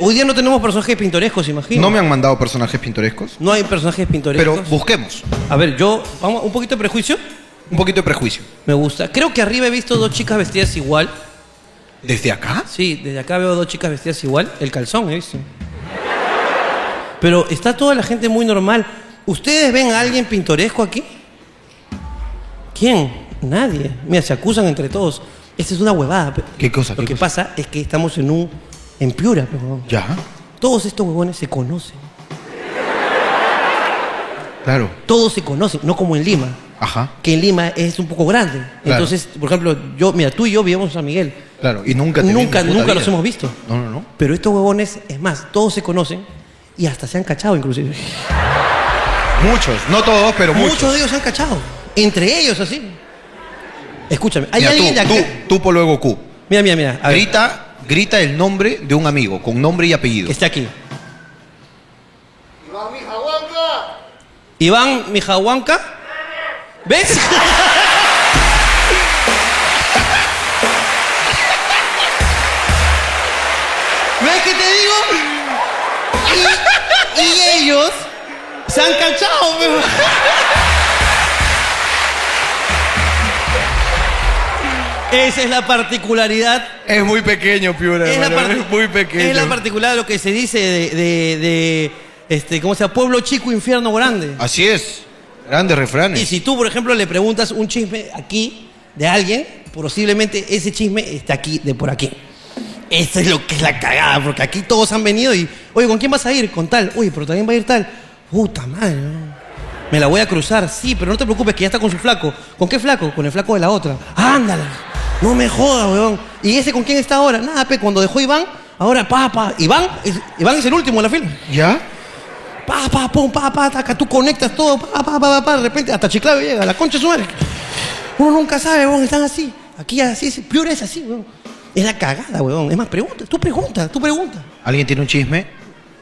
Hoy día no tenemos personajes pintorescos, imagino. No me han mandado personajes pintorescos, No hay personajes pintorescos. pero busquemos. A ver, yo. Vamos, un poquito de prejuicio. Un poquito de prejuicio. Me gusta. Creo que arriba he visto dos chicas vestidas igual. ¿Desde acá? Sí, desde acá veo dos chicas vestidas igual. El calzón, he visto. Pero está toda la gente muy normal. ¿Ustedes ven a alguien pintoresco aquí? ¿Quién? Nadie. Mira, se acusan entre todos. Esta es una huevada. pe. ¿Qué cosa, Lo qué que cosa? pasa es que estamos en un. en Piura, pe, huevón. Ya, Todos estos huevones se conocen. claro. Todos se conocen, no como en Lima. Ajá. Que en Lima es un poco grande. Entonces, por ejemplo, yo, mira, tú y yo vivimos en San Miguel. Claro, y nunca te vi en nunca, mi puta nunca vida. los hemos visto. No, no, no. Pero estos huevones, es más, todos se conocen y hasta se han cachado inclusive. Muchos, no todos, pero muchos. Muchos de ellos se han cachado. Entre ellos así. Escúchame, hay Mira, alguien de tú, acá. tú, tú, Polo Ego Q. Mira, mira, mira. a ver, Grita, grita el nombre de un amigo, con nombre y apellido. que esté aquí. Iván Mijahuanca. ¿Ves? ¿Ves que te digo? Y, y ellos se han cachado, pero... Esa es la particularidad Es muy pequeño, Piura. es la, hermano, parti- es la particularidad de lo que se dice de, de- de, este, ¿cómo se llama? Pueblo chico, infierno grande. Así es. Grandes refranes. Y si tú, por ejemplo, le preguntas un chisme aquí de alguien, posiblemente ese chisme está aquí, de por aquí. Eso es lo que es la cagada, porque aquí todos han venido y, oye, ¿con quién vas a ir? Con tal. Oye, pero también va a ir tal. Puta madre, ¿no? Me la voy a cruzar, sí, pero no te preocupes, que ya está con su flaco. ¿Con qué flaco? Con el flaco de la otra. Ándala. No me jodas, weón. ¿Y ese con quién está ahora? Nada, pe, cuando dejó Iván, ahora, pa, pa. Iván, es- Iván es el último en la fila. ¿Ya? Pa, pa, pum, pa, pa, taca, tú conectas todo, pa, pa, pa, pa, pa, de repente hasta Chiclayo llega, la concha de su madre. Uno nunca sabe, weón, están así. Aquí así, es, Piura es así, weón. Es la cagada, weón. Es más, pregunta, tú pregunta, tú pregunta. ¿Alguien tiene un chisme?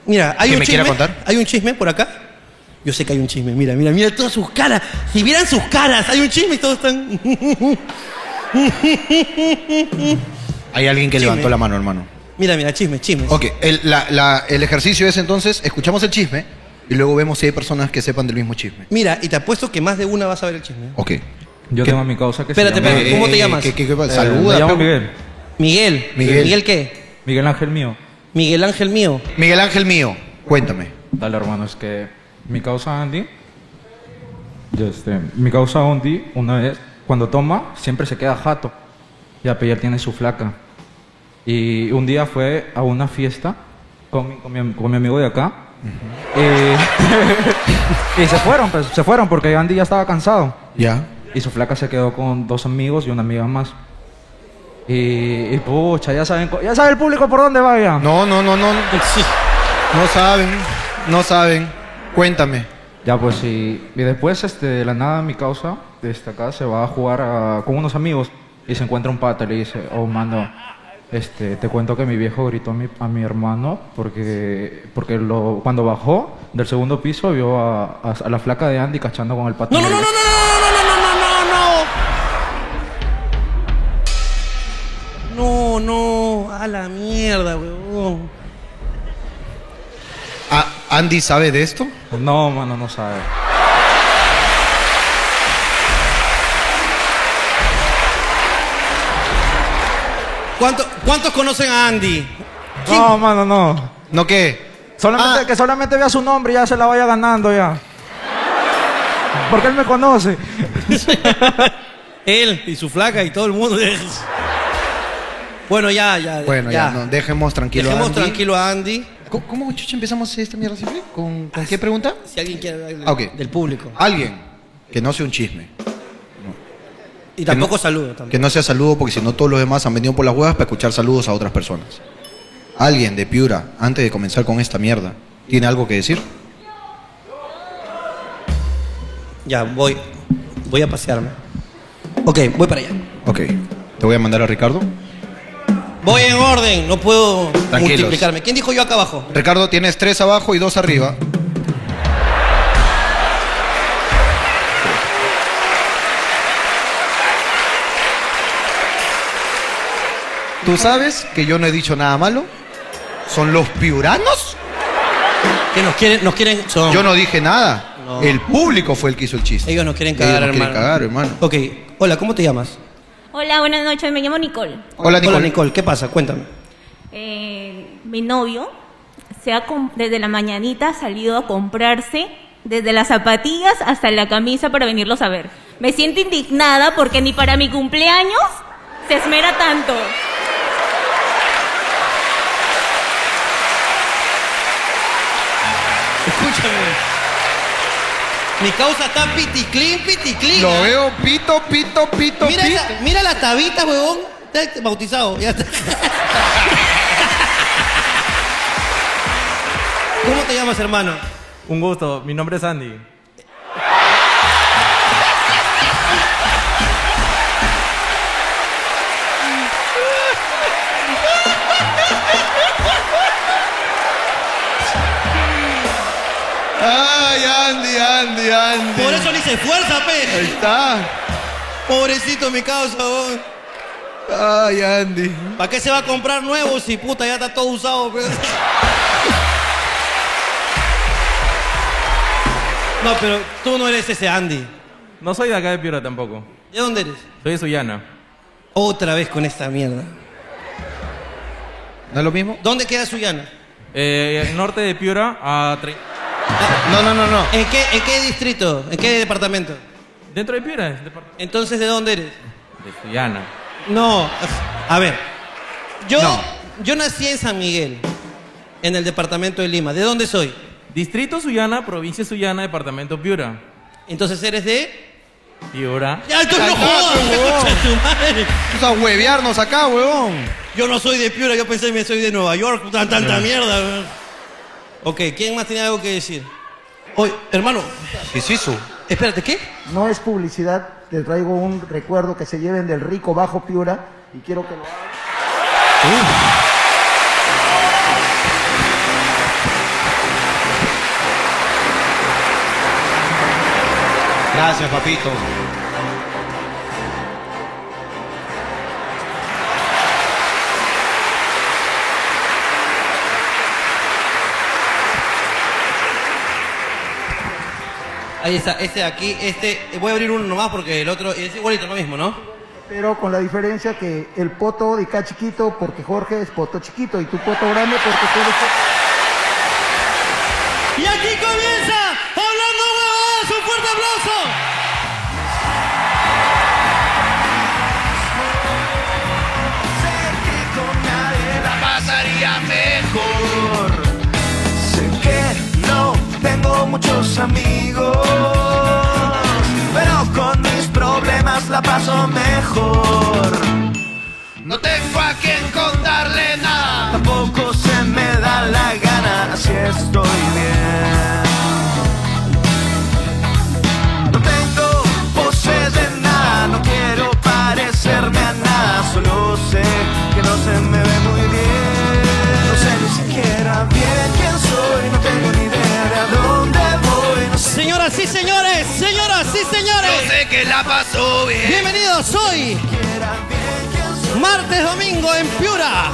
Mira, hay ¿Que un me chisme. quiera contar? Hay un chisme por acá. Yo sé que hay un chisme, mira, mira, mira todas sus caras. Si vieran sus caras, hay un chisme y todos están. Hay alguien que Chisme. levantó la mano, hermano. mira, mira, chisme, chisme. Ok, el, la- la- el ejercicio es entonces, escuchamos el chisme y luego vemos si hay personas que sepan del mismo chisme. Mira, y te apuesto que más de una vas a ver el chisme. Ok. Yo ¿Qué- tengo a mi causa que Espérate, se llama... espérate. ¿Cómo te llamas? ¿qué- qué- qué pasa? Eh, Saluda. me llamo pe- Miguel. Miguel. Miguel. ¿Miguel qué? Miguel Ángel mío. Miguel Ángel mío. Miguel Ángel mío, cuéntame. Dale, hermano, es que mi causa Andy... yo, este, mi causa Andy, una vez, cuando toma, siempre se queda jato. Ya, pero ya tiene su flaca. Y un día fue a una fiesta con mi, con mi- con mi amigo de acá. Eh, y, y se fueron, pues, se fueron porque Andy ya estaba cansado. ¿Ya? Y su flaca se quedó con dos amigos y una amiga más. Y, y, pucha, ya saben, co- ya sabe el público por dónde vaya. No, no, no, no, no saben, no saben. Cuéntame. Ya pues y, y después este de la nada mi causa desde acá se va a jugar a- con unos amigos y se encuentra un pata y le dice, oh mano, este te cuento que mi viejo gritó a mi, a mi hermano porque porque lo cuando bajó del segundo piso vio a, a- a la flaca de Andy cachando con el pata. No, no, no, no, no, no, no, no, no, no, no, no, no. No, no, a la mierda, weón. ¿A- Ah, ¿Andy sabe de esto? no. No, mano, no sabe. ¿Cuánto- ¿Cuántos conocen a Andy? ¿Quién? No, mano, no. ¿No qué? Solamente, Ah. Que solamente vea su nombre y ya se la vaya ganando ya. Porque él me conoce. Él y su flaca y todo el mundo. Bueno, ya, ya. Bueno, ya, no, dejemos tranquilo Dejemos a Andy. tranquilo a Andy. ¿Cómo, cómo, chucha, empezamos esta mierda siempre? ¿Con, con qué pregunta? Si alguien quiere hablar del, Ah, ok. del público. Alguien que no sea un chisme, Y tampoco no- saludo. que Tampoco. no sea saludo porque si no todos los demás han venido por las huevas para escuchar saludos a otras personas. Alguien de Piura, antes de comenzar con esta mierda, ¿tiene algo que decir? Ya, voy. Voy a pasearme. Ok, voy para allá. Ok, te voy a mandar a Ricardo. Voy en orden, no puedo Tranquilos. multiplicarme. ¿Quién dijo yo acá abajo? Ricardo, tienes tres abajo y dos arriba. Tú sabes que yo no he dicho nada malo ¿Son los piuranos? Que nos quieren, nos quieren, son- Yo no dije nada. No. El público fue el que hizo el chiste. ellos nos quieren Ellos cagar, nos quieren hermano. cagar, hermano. Ok, hola, ¿cómo te llamas? Hola, buenas noches, me llamo Nicole. Hola, Nicole. ¿qué pasa? Cuéntame. Eh, mi novio se ha com- desde la mañanita ha salido a comprarse desde las zapatillas hasta la camisa para venirlos a ver. Me siento indignada porque ni para mi cumpleaños se esmera tanto. Escúchame. Mi causa está piticlín, piticlín. Lo ¿ah? veo pito, pito, pito, Mira, pito. esa- mira la tabita, huevón. Está bautizado, ya está. ¿Cómo te llamas, hermano? Un gusto, mi nombre es Andy. Ay, Andy, Andy, Andy. Por eso ni se esfuerza, Ahí pe. está. Pobrecito mi causa, huevón. Ay, Andy. ¿Para qué se va a comprar nuevo si puta ya está todo usado? pues? pe? No, pero tú no eres ese Andy. No soy de acá de Piura tampoco. ¿De dónde eres? Soy de Sullana. Otra vez con esta mierda. ¿No es lo mismo? ¿Dónde queda Suyana? Eh, norte de Piura a... tre- No, no, no, no. ¿En qué, ¿En qué distrito? ¿En qué departamento? Dentro de Piura, de, par- Entonces, ¿de dónde eres? de Sullana. No, a ver. Yo, No. yo nací en San Miguel, en el departamento de Lima. ¿De dónde soy? Distrito Sullana, provincia Sullana, departamento Piura. Entonces eres de. Piura. ¡Ya, tú no Cagaste, jodas! huevón. concha de tu madre! Vamos a huevearnos acá, huevón. Yo no soy de Piura, yo pensé que soy de Nueva York, tan- tanta mierda. weón. Ok, ¿quién más tiene algo que decir? Oye, hermano, ¿Qué es eso? espérate, ¿qué? No es publicidad, te traigo un recuerdo que se lleven del rico bajo Piura y quiero que lo hagan. Gracias, papito. Ahí está, este de aquí, este. Voy a abrir uno nomás porque el otro es igualito, lo mismo, ¿no? Pero con la diferencia que el poto de acá chiquito, porque Jorge es poto chiquito, y tu poto grande porque tú eres poto- Y aquí comienza Hablando Huevadas, un fuerte aplauso. pasaría mejor. Sé que no tengo muchos amigos, pero con mis problemas la paso mejor. No tengo a quien contarle nada, tampoco se me da la gana, así estoy bien. No tengo poses de nada, no quiero parecerme a nada, solo sé que no se me ve muy bien. No sé ni siquiera bien quién soy, no tengo ni idea de a dónde voy, no sé. Señoras y señores, señoras y señores, sé que la pasó bien. bienvenidos hoy, martes domingo en Piura.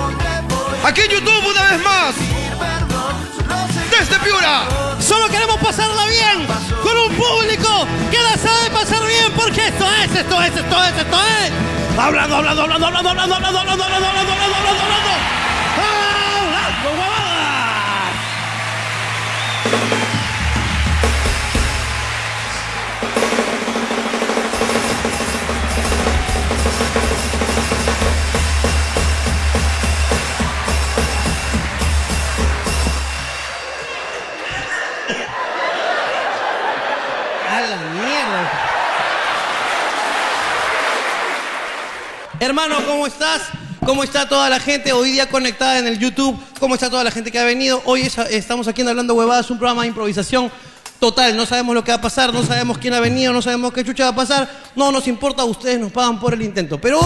Aquí en YouTube una vez más. Desde Piura. Solo queremos pasarla bien con un público que la sabe pasar bien porque esto es, esto es, esto es, esto es. Hablando, hablando, hablando, hablando, hablando, hablando, hablando, hablando, hablando, hablando, hablando, hablando, hablando. ¡Ah, Hablando huevadas. A la mierda. Hermano, ¿cómo estás? ¿Cómo está toda la gente hoy día conectada en el YouTube? ¿Cómo está toda la gente que ha venido? Hoy es- estamos aquí en Hablando Huevadas, un programa de improvisación total. No sabemos lo que va a pasar, no sabemos quién ha venido, no sabemos qué chucha va a pasar. No nos importa, ustedes nos pagan por el intento. Pero,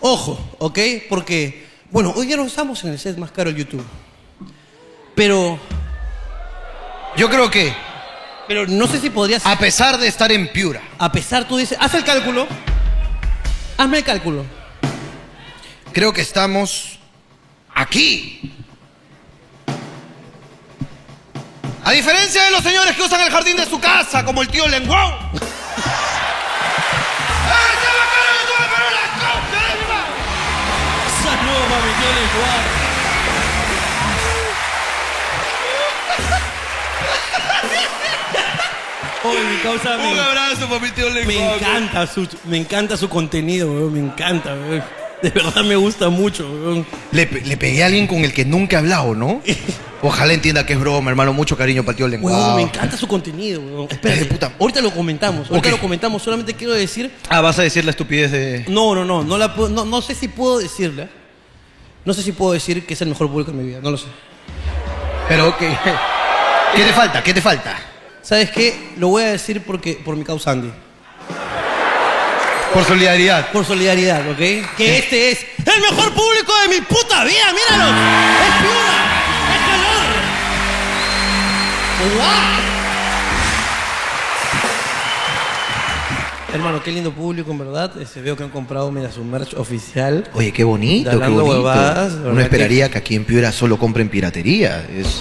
ojo, ¿ok? Porque, bueno, hoy día no estamos en el set más caro de YouTube. Pero, Yo creo que, pero no sé si podría ser... a pesar de estar en Piura, A pesar, tú dices, haz el cálculo. Hazme el cálculo. creo que estamos aquí A diferencia de los señores que usan el jardín de su casa, como el tío Lenguón. Saludos, mami, tío Lenguar. Oye, mi causa Un me, abrazo para mi tío Lenguón. me encanta su, me encanta su contenido, weón, me encanta, weón. De verdad me gusta mucho, weón. Le, pe- le pegué a alguien con el que nunca he hablado, ¿no? Ojalá entienda que es broma, hermano. Mucho cariño para el tío Lenguón. Weón, me encanta su contenido, weón. Espérate, de puta- ahorita lo comentamos, ahorita Ok. lo comentamos, solamente quiero decir Ah, vas a decir la estupidez de. No, no, no, no la puedo- no, no sé si puedo decirla. No sé si puedo decir que es el mejor público de mi vida, no lo sé. Pero ok. ¿Qué te falta? ¿Qué te falta? ¿Sabes qué? Lo voy a decir porque por mi causa Andy. Por solidaridad. Por solidaridad, ¿ok? Que este es el mejor público de mi puta vida, míralo. Es piura, es calor. ¡Guau! Hermano, qué lindo público, en verdad. Este, veo que han comprado, mira, su merch oficial. Oye, qué bonito, qué Hablando bonito. huevadas, la uno verdad esperaría que... aquí en Piura solo compren piratería. Es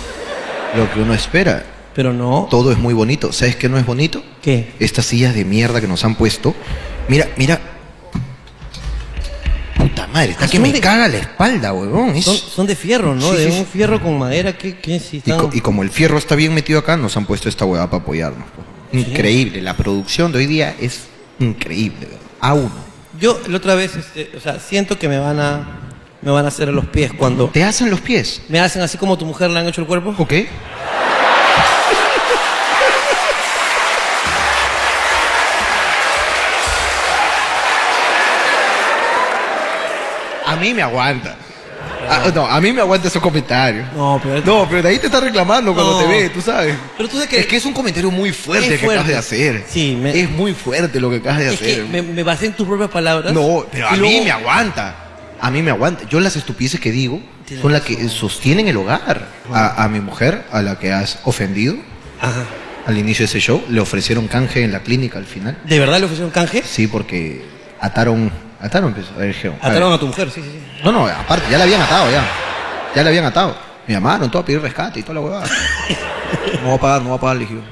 lo que uno espera. Pero no. Todo es muy bonito. ¿Sabes qué no es bonito? ¿Qué? Estas sillas de mierda que nos han puesto. Mira, mira. Puta madre, está Ah, que son me de- caga la espalda, huevón. Es- Son, son de fierro, ¿no? Sí, de sí, sí. un fierro con madera que, que sí Y, están... co- y como el fierro está bien metido acá, nos han puesto esta huevada para apoyarnos. pues. Increíble. La producción de hoy día es increíble. ¿verdad? A uno. Yo la otra vez, este, o sea, siento que me van a me van a hacer a los pies cuando Te hacen los pies. me hacen así como tu mujer le han hecho el cuerpo. Ok. A mí me aguanta. Ah. A, no, a mí me aguanta esos comentarios. No, pero No, pero de ahí te está reclamando cuando No. te ve, tú sabes. Pero tú sabes que- Es que es un comentario muy fuerte Es que acabas fuerte. de hacer. Sí, me- Es muy fuerte lo que acabas de es hacer. que me, me basé en tus propias palabras. No, pero a Y luego- mí me aguanta. A mí me aguanta. Yo las estupideces que digo Tienes son las que sostienen el hogar. A, a mi mujer, a la que has ofendido Ajá. al inicio de ese show, le ofrecieron canje en la clínica al final. ¿De verdad le ofrecieron canje? Sí, porque ataron. Ataron, pues, a ver, dijeron, a ver. Ataron a tu mujer, sí, sí, sí. No, no, aparte, ya la habían atado ya. Ya la habían atado. Me llamaron todo a pedir rescate y toda la huevada. No va a pagar, no va a pagar, le dije. yo. No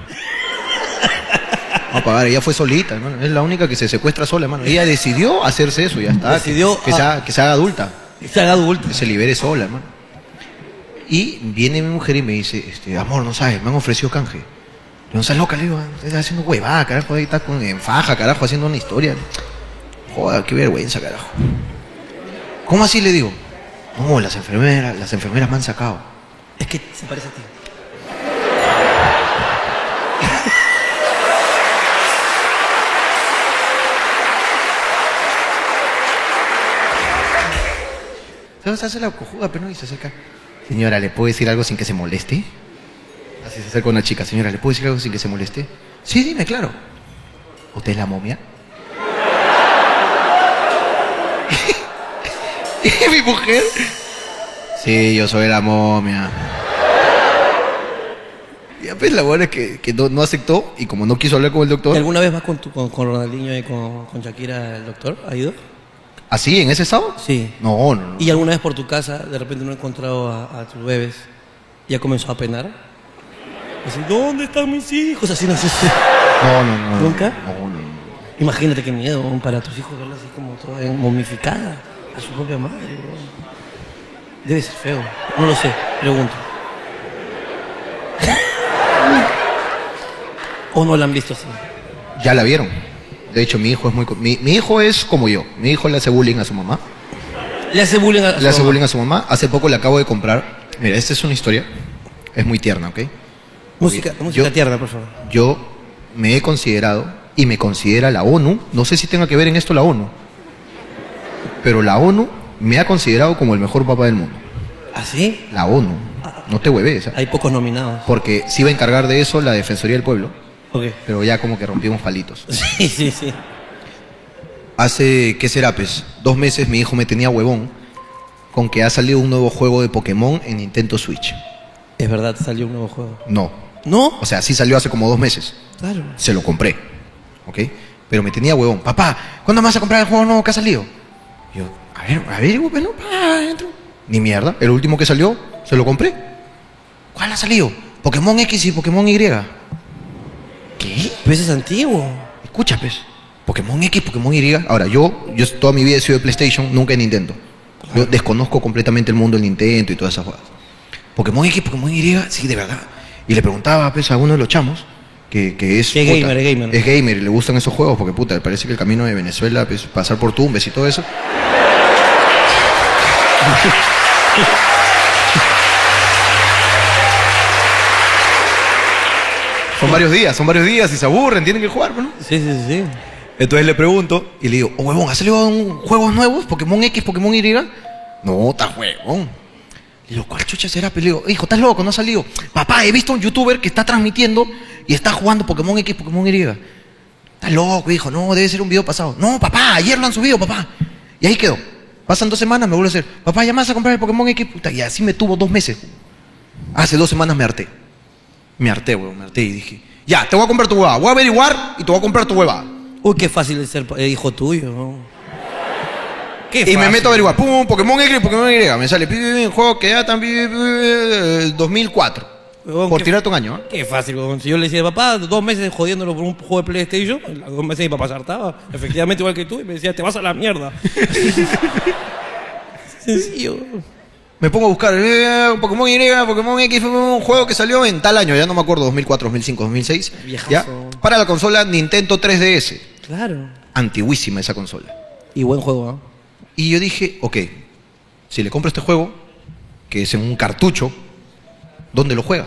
va a pagar, ella fue solita, hermano. Es la única que se secuestra sola, hermano. Ella decidió hacerse eso, ya está. Decidió que, que a- sea, que se haga adulta, Se haga adulto. que se libere sola, hermano. Y viene mi mujer y me dice, este, amor, no sabes, me han ofrecido canje. No seas loca, le digo, "ah, estás haciendo huevada, carajo, ahí está con, en faja, carajo, haciendo una historia. Joder, qué vergüenza, carajo. ¿Cómo así le digo? No, las enfermeras, las enfermeras me han sacado. Es que se parece a ti. Entonces hace la cojuda, pero no, y se acerca. Señora, ¿le puedo decir algo sin que se moleste? Así se acerca una chica. Señora, ¿le puedo decir algo sin que se moleste? Sí, dime, claro. ¿Usted es la momia? ¿Y mi mujer? Sí, yo soy la momia. Ya pues, la buena es que, que no, no aceptó y como no quiso hablar con el ¿Y doctor, ¿Alguna vez vas con, tu- con, con Ronaldinho y con, con Shakira el doctor? ¿Ha ido? ¿así, en ese estado? Sí. No, no, no. ¿Y alguna vez por tu casa de repente no he encontrado a, a tus bebés y ha comenzado a penar? Así, ¿dónde están mis hijos? Así no sé. No, no, no. ¿Nunca? No, no, no. Imagínate qué miedo weón, para tus hijos verla así como toda en- momificada a su propia madre. weón. Debe ser feo. No lo sé, pregunto. ¿O no la han visto así? Ya la vieron. De hecho, mi hijo es muy... co- Mi, mi hijo es como yo. Mi hijo le hace bullying a su mamá. Le hace bullying a, a su Le hace mamá. bullying a su mamá. Hace poco le acabo de comprar... Mira, esta es una historia. Es muy tierna, ¿ok? Música, Yo- música tierna, por favor. Yo me he considerado y me considera la ONU. No sé si tenga que ver en esto la ONU. Pero la ONU me ha considerado como el mejor papá del mundo. ¿Así? La ONU. No te hueves. ¿ah? ¿Ah, Hay pocos nominados. Porque se iba a encargar de eso la Defensoría del Pueblo. Ok. Pero ya como que rompimos palitos. Sí, sí, sí. Hace, ¿qué será? Pues dos meses mi hijo me tenía huevón con que ha salido un nuevo juego de Pokémon en Nintendo Switch. Es verdad, salió un nuevo juego. No. ¿No? O sea, sí salió hace como dos meses. Claro. Se lo compré. ¿Ok? Pero me tenía huevón. Papá, ¿cuándo me vas a comprar el juego nuevo que ha salido? Yo, a ver, a ver, bueno, pa, adentro. Ni mierda. El último que salió, se lo compré. ¿Cuál ha salido? Pokémon X y Pokémon Y. ¿Qué? Pues es antiguo. Escucha, pues. Pokémon X, Pokémon Y. Ahora, yo, yo toda mi vida he sido de PlayStation, nunca de Nintendo. Yo desconozco completamente el mundo del Nintendo y todas esas cosas. Pokémon X, Pokémon Y, sí, de verdad. Y le preguntaba pues, a uno de los chamos, que, que es. Que es gamer, es gamer. Es gamer y le gustan esos juegos, porque puta, parece que el camino de Venezuela, pues, pasar por Tumbes y todo eso. Son varios días, son varios días y se aburren, tienen que jugar, pues, ¿no? Sí, sí, sí, sí. Entonces le pregunto y le digo, oh, huevón, ¿has salido un- juegos nuevos? ¿Pokémon X, Pokémon Y? No, está huevón. Le digo, ¿cuál chucha será? Pues le digo, hijo, estás loco, no ha salido. Papá, he visto un youtuber que está transmitiendo y está jugando Pokémon X, Pokémon Y. Estás loco, hijo, no, debe ser un video pasado. No, papá, ayer lo han subido, papá. Y ahí quedó. Pasan dos semanas, me vuelve a hacer, papá, ya me vas a comprar el Pokémon X, puta. Y así me tuvo dos meses. Hace dos semanas me harté. Me harté, huevón, me harté y dije, ya, te voy a comprar tu huevada, voy a averiguar y te voy a comprar tu huevada. Uy, qué fácil es ser pa- eh, hijo tuyo. ¿no? Qué Y me fácil. meto a averiguar, pum, Pokémon X, Pokémon Y, me sale, pi, pi, pi, un juego que datan, pi, pi, pi, pi, eh, 2004. Huevón, Por qué- tirarte un año, ¿ah? Qué fácil, huevón. Si yo le decía, papá, dos meses jodiéndolo por un juego de PlayStation, a los dos meses mi papá se hartaba, efectivamente igual que tú, y me decía, te vas a la mierda. Sencillo. Me pongo a buscar, eh, Pokémon Y, Pokémon X, fue un juego que salió en tal año, ya no me acuerdo, 2004, 2005, 2006. Viejazo. ¿ya? Para la consola Nintendo 3DS. Claro. Antiguísima esa consola. Y buen juego, ¿ah? Y yo dije, ok, si le compro este juego, que es en un cartucho, ¿dónde lo juega?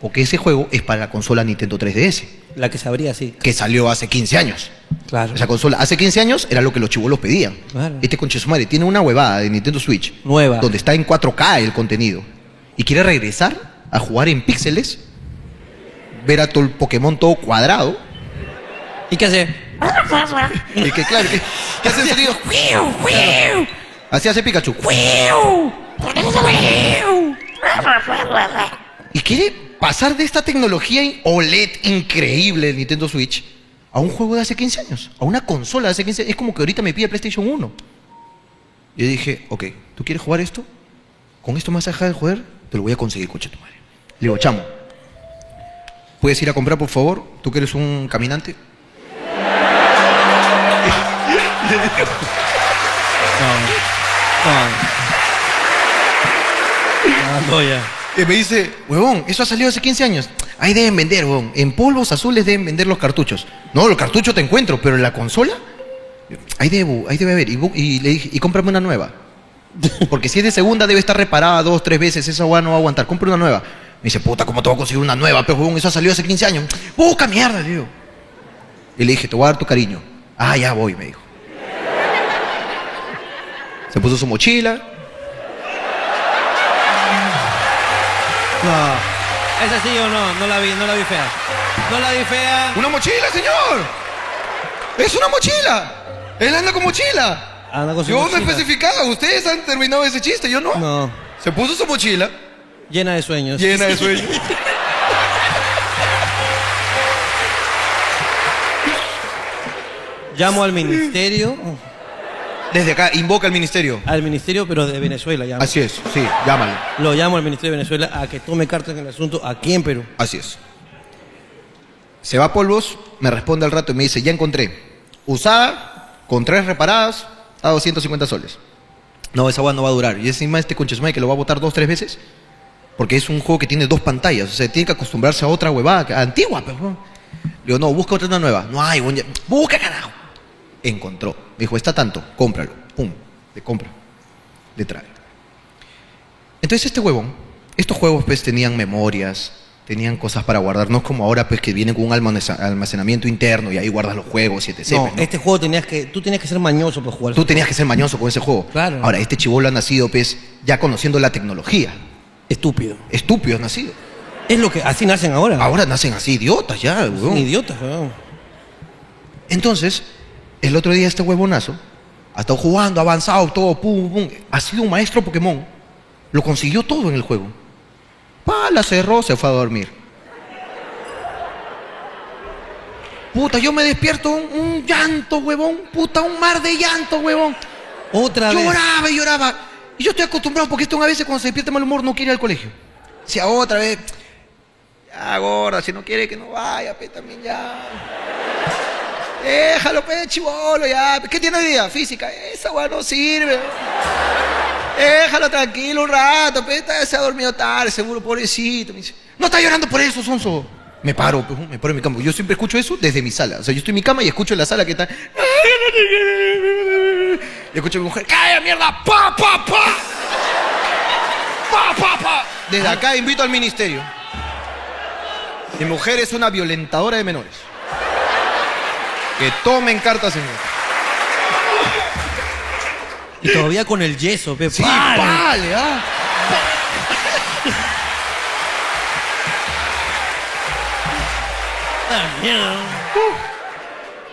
Porque ese juego es para la consola Nintendo 3DS, La que se abría así. que salió hace 15 años. Claro. Esa consola hace 15 años era lo que los chivolos pedían. Claro. Este conche su madre tiene una huevada de Nintendo Switch. Nueva. Donde está en 4K el contenido. Y quiere regresar a jugar en píxeles. Ver a todo el Pokémon todo cuadrado. ¿Y qué hace? Y que claro, que, que hace sonido. Así hace Pikachu. Y quiere pasar de esta tecnología in- OLED increíble del Nintendo Switch a un juego de hace 15 años, a una consola de hace 15 años. Es como que ahorita me pide PlayStation 1. Yo dije, ok, ¿tú quieres jugar esto? ¿Con esto me vas a dejar de joder? Te lo voy a conseguir, coche tu madre. Le digo, chamo, ¿puedes ir a comprar, por favor? ¿Tú que eres un caminante? Oh, No, ya. Y me dice, huevón, eso ha salido hace 15 años. Ahí deben vender, huevón. En polvos azules deben vender los cartuchos. No, los cartuchos te encuentro, pero en la consola, ahí debo, ahí debe haber. Y, bu- y le dije, y cómprame una nueva. Porque si es de segunda, debe estar reparada dos, tres veces. Esa hueá no va a aguantar. Compra una nueva. Me dice, puta, ¿cómo te voy a conseguir una nueva? Pero, huevón, eso ha salido hace 15 años. Busca mierda, le digo. Y le dije, te voy a dar tu cariño. Ah, ya voy, me dijo. Se puso su mochila, ¿Esa sí o no? No la vi, no la vi fea. No la vi fea. ¡Una mochila, señor! ¡Es una mochila! ¡Él anda con mochila! Anda con su yo mochila. no especificaba, ustedes han terminado ese chiste, yo no. No. Se puso su mochila Llena de sueños. llena de sueños. Llamo al ministerio. Desde acá, invoca al ministerio. Al ministerio, pero de Venezuela. Llamo. Así es, sí, llámalo. Lo llamo al ministerio de Venezuela a que tome cartas en el asunto aquí en Perú. Así es. Se va a polvos, me responde al rato y me dice, ya encontré. Usada, con tres reparadas, a 250 soles. No, esa agua no va a durar. Y encima este conchesumay que lo va a botar dos, tres veces. Porque es un juego que tiene dos pantallas. O sea, tiene que acostumbrarse a otra huevada que- antigua, pero. Le digo, no, busca otra nueva. No hay, weón, ya- busca carajo. Encontró. Me dijo, está tanto, cómpralo. Pum, le compra. Le trae. Entonces este huevón, estos juegos pues tenían memorias, tenían cosas para guardar, no es como ahora pues que vienen con un almaneza- almacenamiento interno y ahí guardas los juegos y etc. No, pues, ¿no? este juego tenías que. Tú tenías que ser mañoso para jugar. Tú tenías que ser mañoso con ese juego. Claro. Ahora, este chivolo ha nacido pues ya conociendo la tecnología. Estúpido. Estúpido ha nacido. Es lo que. Así nacen ahora. Ahora nacen así, idiotas ya, Son huevón. idiotas, weón. Entonces, el otro día este huevonazo ha estado jugando, ha avanzado, todo, pum, pum. Ha sido un maestro Pokémon. Lo consiguió todo en el juego. Pa, la cerró, se fue a dormir. Puta, yo me despierto un, un llanto, huevón. Puta, un mar de llanto, huevón. Otra vez. Lloraba y lloraba. Y yo estoy acostumbrado porque esto a veces cuando se despierta mal humor no quiere ir al colegio. O sea, otra vez, Ah, gorda, si no quiere que no vaya, pe, también ya. Déjalo, pe, chivolo, ya. ¿Qué tiene hoy día? Física. Esa weá no sirve. Déjalo tranquilo un rato, pe, está- se ha dormido tarde, seguro, pobrecito. Me dice, no está llorando por eso, Sonso. Me paro, pe, me paro en mi cama. Yo siempre escucho eso desde mi sala. O sea, yo estoy en mi cama y escucho en la sala que está. Y escucho a mi mujer, ¡cállate, mierda! ¡Pa, pa, pa! ¡Pa, pa, pa! Desde acá invito al ministerio. Mi mujer es una violentadora de menores. Que tomen cartas en el- Y todavía con el yeso, pe. Sí, ¡Pal! vale, ah. Ah, mierda.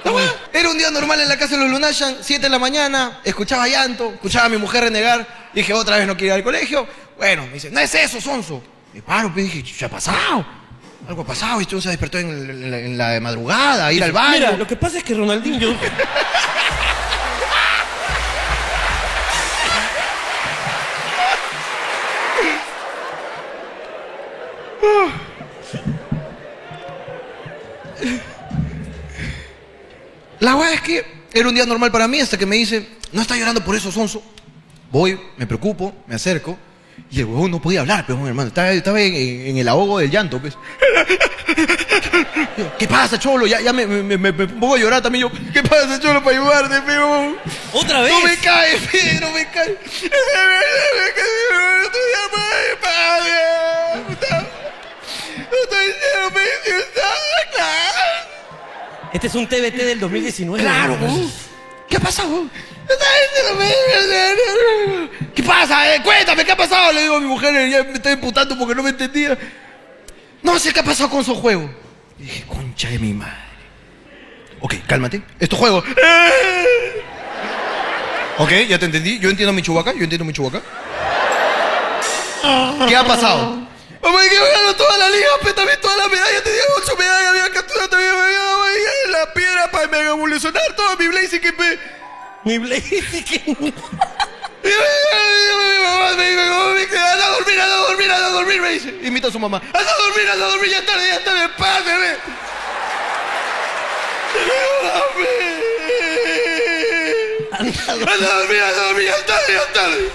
La weá. Era un día normal en la casa de los Lunashan, 7 de la mañana, escuchaba llanto, escuchaba a mi mujer renegar, dije otra vez no quiero ir al colegio. Bueno, me dice, no es eso, Sonso. Me paro, pues dije, ¿qué ha pasado? Algo ha pasado, y tú se despertó en, el- en la- en la madrugada, a ir al baño. Mira, lo que pasa es que Ronaldinho. La weá es que era un día normal para mí hasta que me dice, no está llorando por eso, Sonso. Voy, me preocupo, me acerco. Y el huevón no podía hablar, pero hermano, estaba, estaba en, en el ahogo del llanto, pues. ¿Qué pasa, cholo? Ya, ya me, me, me- me pongo a llorar también yo. ¿Qué pasa, cholo, para ayudarte, peón? ¡Otra vez! No me caes, pe, no me caes. Este es un TBT del 2019. Claro, ¿no? vos. ¿Qué ha pasado? ¿Qué pasa? eh? Cuéntame, ¿qué ha pasado? Le digo a mi mujer, eh, ya me está imputando porque no me entendía. No sé qué ha pasado con su juego. Y dije, concha de mi madre. Ok, cálmate. Estos juegos. Eh. Ok, ya te entendí. Yo entiendo mi chubaca, yo entiendo mi chubaca. ¿Qué ha pasado? Mamá, que yo gano toda la liga, pero también todas las medallas. Tenía ocho medallas, había capturado también me había dado ahí la piedra para me evolucionar todo mi blaze que me... Mi Blaze, que- Y Mi mamá me dijo, "Mamá, me quedé, anda a dormir, anda a dormir, anda a dormir, me dice. Invita a su mamá. Anda a dormir, anda a dormir, ya es tarde, ya es tarde, páseme. Anda a dormir, anda a dormir, ya es tarde, ya es tarde.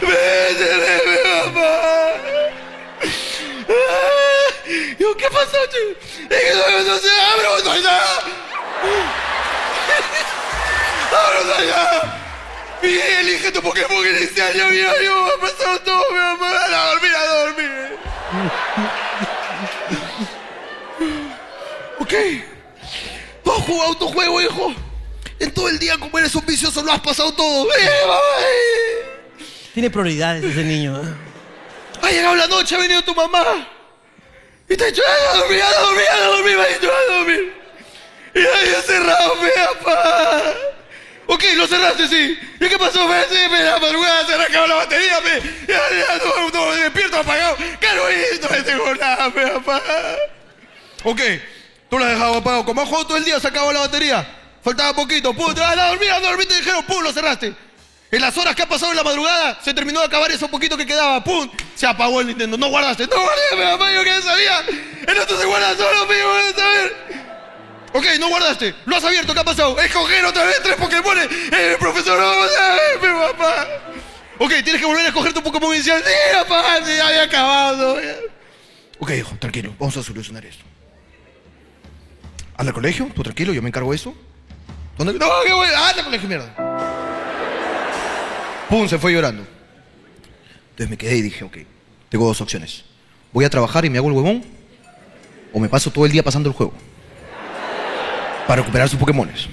Vete, mi mamá. Ah, Yo, ¿qué pasó, che? Es que no, no se abre, no hay nada. Abre, no hay nada. Miguel, elige tu Pokémon en este año, mira, yo me ha pasado todo, mi mamá. A dormir, a dormir. ok. Tú has jugado tu juego, hijo. En todo el día, como eres un vicioso, lo has pasado todo. ¡Eh, mamá, eh! Tiene prioridades ese niño. ¿eh? Ha llegado la noche, ha venido tu mamá. Y te ha dicho, "Ay, a dormir, a dormir, a dormir, me ha dicho, a dormir. Y ahí ha cerrado, mi papá. Ok, lo cerraste, sí. ¿Y qué pasó? Me sí, me la madrugada se arrancaba la batería, me. Ya, ya, no, no, despierto apagado. Claro, esto no tengo nada, mi papá. Ok, tú la has dejado apagado. Como has jugado todo el día, se acabó la batería. Faltaba poquito, Ah, pum, te vas a dormir, a dormir, te dijeron, pum, lo cerraste. En las horas que ha pasado en la madrugada, se terminó de acabar eso poquito que quedaba, pum, se apagó el Nintendo. No guardaste, no guardé, mi papá, yo que sabía. El otro se guarda solo, me voy a saber. Ok, no guardaste, lo has abierto, ¿qué ha pasado? Escoger otra vez tres Pokémon. Eh, El profesor, no vamos a ver, mi papá. Ok, tienes que volver a escoger tu Pokémon inicial. Sí, papá, sí, ya había acabado. ya. Ok, hijo, tranquilo, vamos a solucionar esto. Anda al colegio, tú tranquilo, yo me encargo de eso. ¿Dónde? No, qué bueno, anda al colegio, mierda. Pum, se fue llorando. Entonces me quedé y dije, ok, tengo dos opciones. Voy a trabajar y me hago el huevón, o me paso todo el día pasando el juego. Para recuperar sus Pokémones.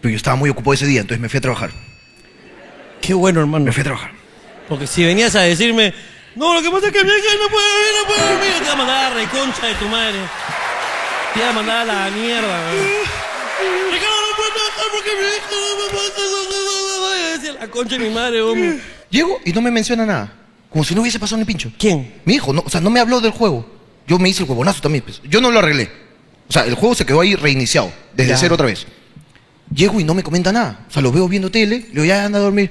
Pero yo estaba muy ocupado ese día, entonces me fui a trabajar. Qué bueno, hermano. Me fui a trabajar. Porque si venías a decirme, no, lo que pasa es que mi hija no puede dormir, no puede dormir, te va a mandar a la reconcha de tu madre. Te va a mandar a la mierda, weón. Ricardo, no puedo trabajar porque mi hija no me pasa, no, no, no, no, no. Y decía, la concha de mi madre, weón. Llego y no me menciona nada. Como si no hubiese pasado ni pincho. ¿Quién? Mi hijo, no, o sea, no me habló del juego. Yo me hice el huevonazo también. pues. Yo no lo arreglé. O sea, el juego se quedó ahí reiniciado, desde Ya. cero otra vez. Llego y no me comenta nada. O sea, lo veo viendo tele, le digo, ya anda a dormir.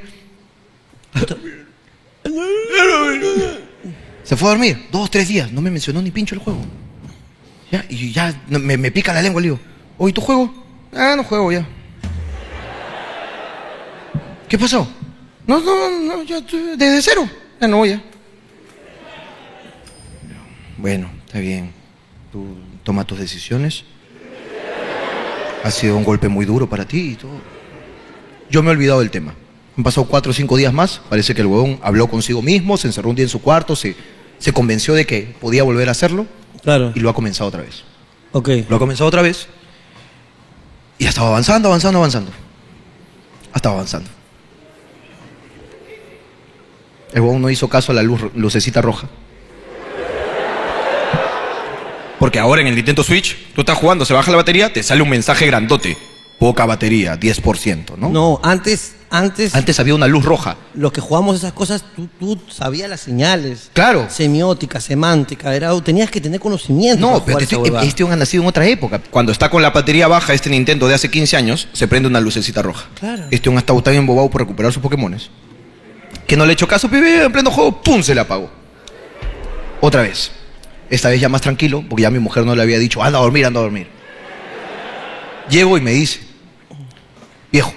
Se fue a dormir, dos, tres días, no me mencionó ni pincho el juego. Ya, y ya no, me, me pica la lengua, le digo, oye, ¿tú juego? Ah, no juego ya. ¿Qué pasó? No, no, no, ya, tú- desde cero. Ya no voy ya. Bueno, está bien. Tú toma tus decisiones. Ha sido un golpe muy duro para ti y todo. Yo me he olvidado del tema. Han pasado cuatro o cinco días más. Parece que el huevón habló consigo mismo, se encerró un día en su cuarto, se, se convenció de que podía volver a hacerlo Claro. y lo ha comenzado otra vez. Ok. Lo ha comenzado otra vez y ha estado avanzando, avanzando, avanzando. Ha estado avanzando. El huevón no hizo caso a la luz, ro- lucecita roja. Porque ahora en el Nintendo Switch, tú estás jugando, se baja la batería, te sale un mensaje grandote. Poca batería, 10%, ¿no? No, antes, antes, Antes había una luz roja. los que jugamos esas cosas, tú, tú sabías las señales. Claro. Semiótica, semántica, era, tenías que tener conocimiento. No, para pero jugar te esa estoy- huevada. este huevón ha nacido en otra época. Cuando está con la batería baja, este Nintendo de hace 15 años, se prende una lucecita roja. Claro. Este un ha estado tan embobado por recuperar sus Pokémones. Que no le he hecho caso, pibe, en pleno juego, ¡pum! se le apagó. Otra vez. Esta vez ya más tranquilo, porque ya mi mujer no le había dicho, anda a dormir, anda a dormir. Llego y me dice, viejo,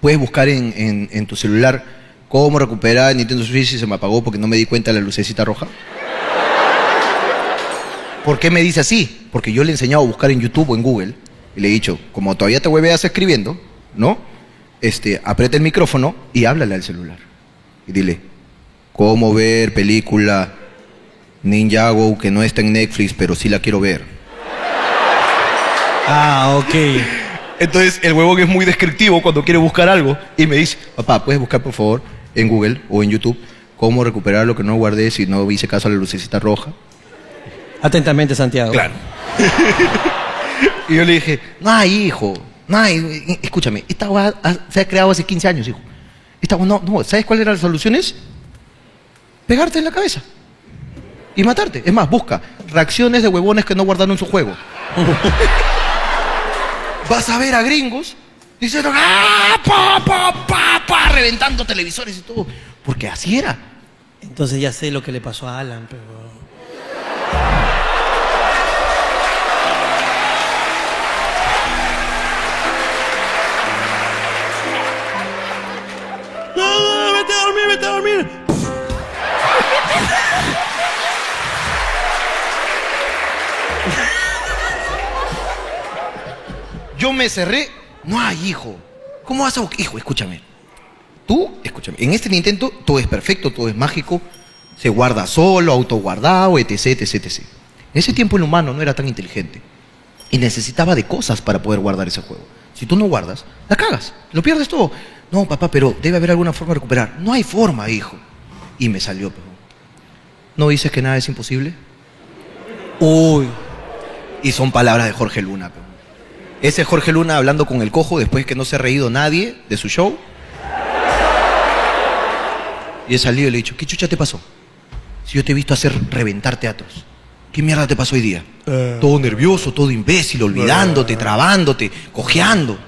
puedes buscar en, en- en tu celular cómo recuperar el Nintendo Switch si se me apagó porque no me di cuenta de la lucecita roja. ¿Por qué me dice así? Porque yo le he enseñado a buscar en YouTube o en Google y le he dicho, como todavía te hueveas escribiendo, ¿no? Este, aprieta el micrófono y háblale al celular. Y dile, ¿cómo ver película Ninjago que no está en Netflix, pero sí la quiero ver? Ah, ok. Entonces el huevón es muy descriptivo cuando quiere buscar algo y me dice, papá, ¿puedes buscar por favor en Google o en YouTube cómo recuperar lo que no guardé si no hice caso a la lucecita roja? este- Atentamente, Santiago. Claro. Y yo le dije, no hay hijo, no hay, escúchame, esta hueá ha- se ha creado hace 15 años, hijo. Esta hueá no, no, ¿sabes cuál era la solución? Es pegarte en la cabeza y matarte. Es más, busca reacciones de huevones que no guardaron su juego. Vas a ver a gringos diciendo, ¡ah! Pa, pa, pa, pa", reventando televisores y todo. Porque así era. Entonces ya sé lo que le pasó a Alan, pero. No, no, vete a dormir, vete a dormir. Yo me cerré. No hay hijo. ¿Cómo vas a buscar? Hijo, escúchame. Tú, escúchame, en este Nintendo todo es perfecto, todo es mágico. Se guarda solo, autoguardado, etc, etc, etc. En ese tiempo el humano no era tan inteligente. Y necesitaba de cosas para poder guardar ese juego. Si tú no guardas, la cagas, lo pierdes todo. No, papá, pero debe haber alguna forma de recuperar. No hay forma, hijo. Y me salió, pero. ¿No dices que nada es imposible? Uy. Y son palabras de Jorge Luna. pe. Ese es Jorge Luna hablando con el cojo después que no se ha reído nadie de su show. Y he salido y le he dicho, ¿qué chucha te pasó? Si yo te he visto hacer reventar teatros. ¿Qué mierda te pasó hoy día? Eh. Todo nervioso, todo imbécil, olvidándote, trabándote, cojeando.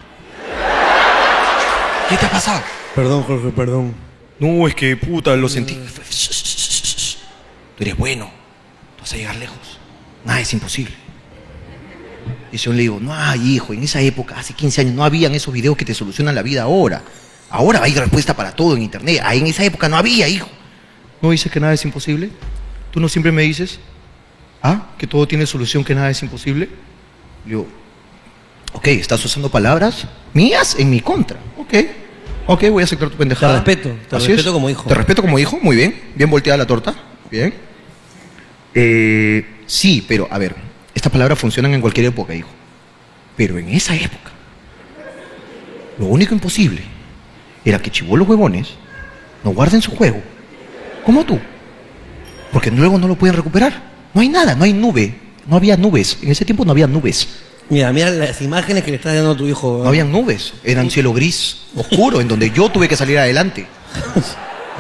¿Qué te ha pasado? Perdón, Jorge, perdón. No, es que puta, lo sentí. Tú eres bueno. Tú vas a llegar lejos. Nada es imposible. Y yo le digo, no hay hijo, en esa época, hace 15 años, no habían esos videos que te solucionan la vida ahora. Ahora hay respuesta para todo en internet. Ahí en esa época no había, hijo. ¿No dices que nada es imposible? ¿Tú no siempre me dices? ¿Ah? ¿Que todo tiene solución, que nada es imposible? Le digo, ok, estás usando palabras mías en mi contra. Ok. Ok, voy a aceptar tu pendejada. respeto, te Así respeto como hijo. Te respeto como hijo, muy bien. Bien volteada la torta. Bien. Eh, sí, pero a ver, estas palabras funcionan en cualquier época, hijo. Pero en esa época, lo único imposible era que chivolos huevones no guarden su juego, como tú, porque luego no lo pueden recuperar. No hay nada, no hay nube, no había nubes. En ese tiempo no había nubes, Mira, mira las imágenes que le estás dando a tu hijo. ¿eh? no habían nubes, era un cielo gris, oscuro, en donde yo tuve que salir adelante.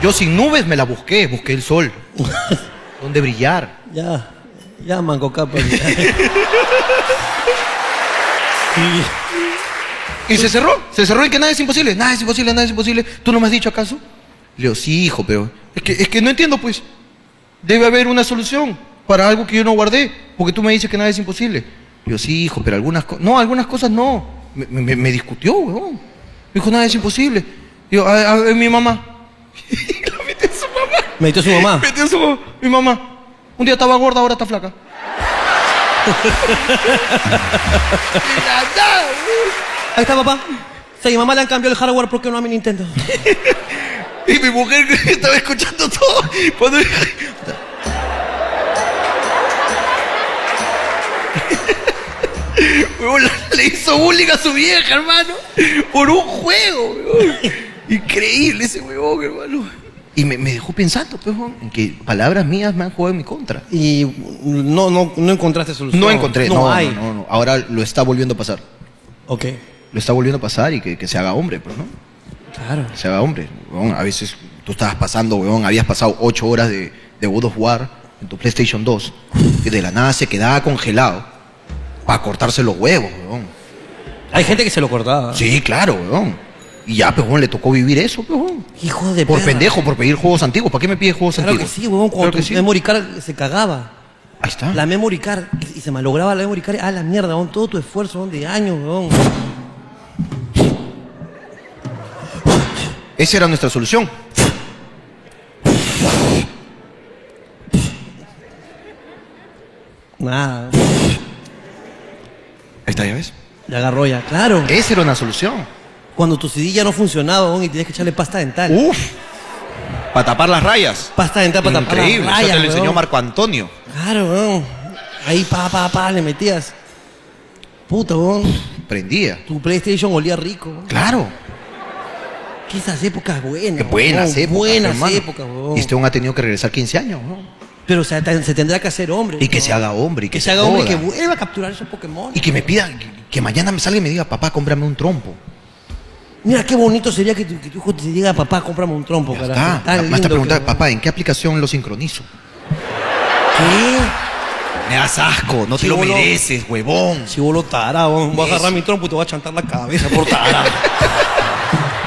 Yo sin nubes me la busqué, busqué el sol, donde brillar. Ya, ya, manco capa. ya. Y se cerró, se cerró y que nada es imposible, nada es imposible, nada es imposible. ¿Tú no me has dicho acaso? Le digo, sí, hijo, pero es que, es que no entiendo, pues. Debe haber una solución para algo que yo no guardé, porque tú me dices que nada es imposible. Le digo, sí, hijo, pero algunas cosas... No, algunas cosas no. Me, me- me discutió, weón. Me dijo, nada es imposible. Le Digo, a, a ver, mi mamá. Me metió su mamá. Metió su mamá. Mi mamá. Un día estaba gorda, ahora está flaca. Ahí está, papá. Si a mi mamá le han cambiado el hardware, ¿por qué no a mi Nintendo? Y mi mujer estaba escuchando todo. Cuando... Huevón, le- Le hizo bullying a su vieja, hermano. Por un juego, huevón. Increíble ese huevón, hermano. Y me, me dejó pensando, pues, huevón, en que palabras mías me han jugado en mi contra. Y no, no, no encontraste solución. No encontré, no, No, hay. no, no, no. Ahora lo está volviendo a pasar. Ok. Lo está volviendo a pasar y que, que se haga hombre, pues, ¿no? Claro. O sea, hombre, weón, a veces tú estabas pasando, weón, habías pasado ocho horas de, de God of War en tu PlayStation 2, que de la nada se quedaba congelado para cortarse los huevos, weón. Hay gente que se lo cortaba. Sí, claro, weón. Y ya, pues, weón, le tocó vivir eso, pues, weón. Hijo de Por perra. pendejo, por pedir juegos antiguos. ¿Para qué me pide juegos Claro que antiguos? sí, huevón. Cuando Claro que tu sí. memory card se cagaba. Ahí está. La memory card. Y se malograba la memory card. Ah, la mierda, huevón. Todo tu esfuerzo, huevón, de años, huevón. Esa era nuestra solución. Nada. Ahí está, ya ves. La agarró ya. Claro. Esa era una solución. Cuando tu CD ya no funcionaba, huevón, y tenías que echarle pasta dental. Uf. Para tapar las rayas. Pasta dental para tapar las Increíble. Eso rayas, te lo enseñó huevón. Marco Antonio. Claro, weón. Ahí pa, pa, pa, le metías. Puta, weón. Prendía. Tu PlayStation olía rico. weón. Claro. Que esas épocas buenas. Qué buenas weón. épocas. Buenas hermano. épocas, weón. Y este aún ha tenido que regresar 15 años, ¿no? Pero o sea, tan- se tendrá que hacer hombre. Y que weón. se haga hombre. Y Que se haga hombre y que joda. vuelva a capturar esos Pokémon. Y que me pida, que mañana me salga y me diga, papá, cómprame un trompo. Mira qué bonito sería que tu, que tu hijo te diga, papá, cómprame un trompo, Ya carajo. está. Tan Me lindo está preguntando, que- papá, ¿en qué aplicación lo sincronizo? ¿Qué? Me das asco, no te lo Chibolo. mereces, huevón. Si vos lo tarado, weón. voy a agarrar mi trompo y te voy a chantar la cabeza por tarado.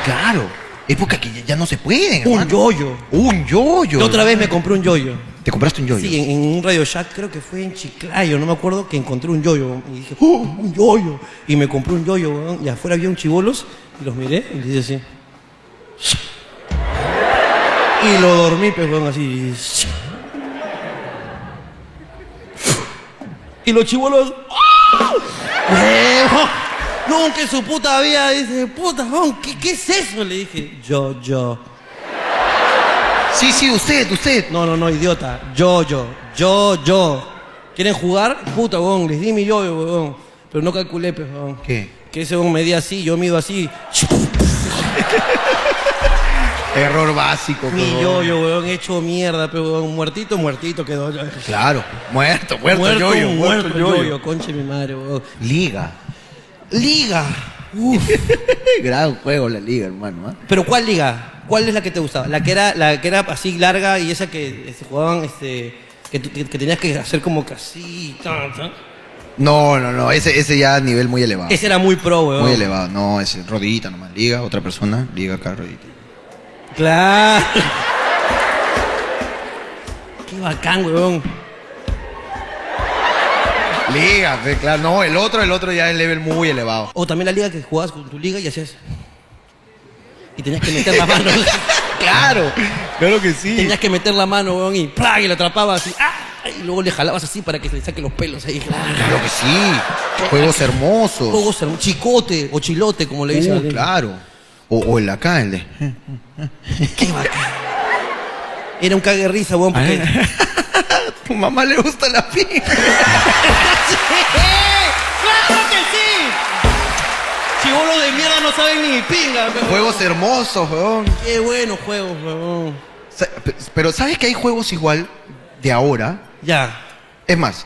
Claro. Época que ya no se puede, un hermano. yoyo. Un yoyo. Yo otra vez me compré un yoyo. ¿Te compraste un yoyo? Sí, en, en un Radio Shack, creo que fue en Chiclayo, no me acuerdo, que encontré un yoyo. Y dije, ¡oh, un yoyo! Y me compré un yoyo, weón, y afuera había un chibolos, y los miré, y les hice así. Y lo dormí, pues, weón, así. Y los chibolos. ¡ah! ¡Huevón! Nunca en su puta vida dice, puta, weón, ¿qué, ¿qué es eso? Le dije, yo, yo. sí, sí, usted, usted. No, no, no, idiota. Yo, yo, yo, yo. ¿Quieren jugar? Puta, weón, les di mi yo, weón. Pero no calculé, pues, weón. ¿Qué? Que ese weón medía así, yo mido así. Error básico, Mi huevón. yo, yo, weón, hecho mierda, pues, weón. Muertito, muertito quedó. Muerto, Claro. Muerto, muerto, yoyo, muerto, muerto yo, yoyo. yo, conche mi madre, weón. Liga. Liga. Uf. Gran juego la liga, hermano. ¿ah? Pero ¿cuál liga? ¿Cuál es la que te gustaba? La que era, la que era así larga y esa que este, jugaban, este, que, tú- que- que tenías que hacer como que así. tan, tan. No, no, no. Ese, ese ya a nivel muy elevado. Ese era muy pro, weón. Ah. Muy elevado, no, es rodillita nomás, liga, otra persona, liga acá, rodillita. Claro. Qué bacán, weón. Liga, fe, claro, no, el otro, el otro ya es level muy elevado. O también la liga que jugabas con tu liga y hacías. Y tenías que meter la mano. Claro, claro que sí. tenías que meter la mano, weón, y ¡plá! y la atrapabas así. ¡ah! Y luego le jalabas así para que se le saquen los pelos ahí. ¡ah! Claro que sí. Juegos hermosos. Juegos, un chicote o chilote, como le Uh, dicen. claro. O, o el acá, el de. Qué bacán. Era un cague de risa, weón, porque. Ah. Tu mamá le gusta la pija. ¡Claro que sí! Chibolos de mierda no saben ni pinga, weón. Juegos hermosos, weón. Qué buenos juegos, weón. Sa- pe- Pero ¿sabes que hay juegos igual de ahora? Ya. Es más,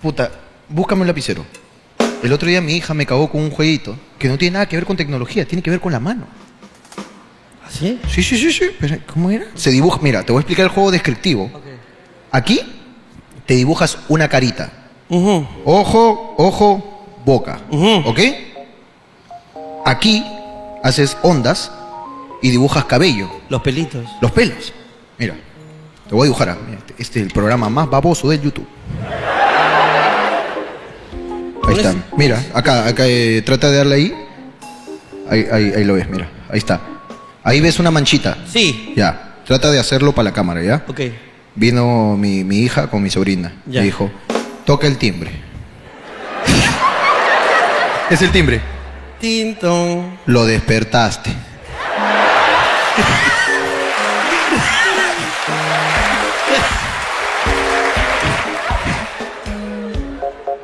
puta, búscame un lapicero. El otro día mi hija me cagó con un jueguito que no tiene nada que ver con tecnología, tiene que ver con la mano. ¿Así? Sí, sí, sí, sí. Pero, ¿Cómo era? Se dibuja, mira, te voy a explicar el juego descriptivo. Aquí te dibujas una carita. Ujú. Ojo, ojo, boca. Ujú. ¿Ok? Aquí haces ondas y dibujas cabello, Los pelitos. los pelos. Mira, te voy a dibujar. ah, mira, este- este es el programa más baboso del YouTube. Ahí está. Mira, acá, acá, eh, trata de darle ahí. Ahí, ahí. ahí lo ves, mira. Ahí está. Ahí ves una manchita. Sí. Ya, trata de hacerlo para la cámara, ¿ya? Ok. Vino mi, mi hija con mi sobrina. Ya. Me dijo, toca el timbre. es el timbre. Tintón. Lo despertaste.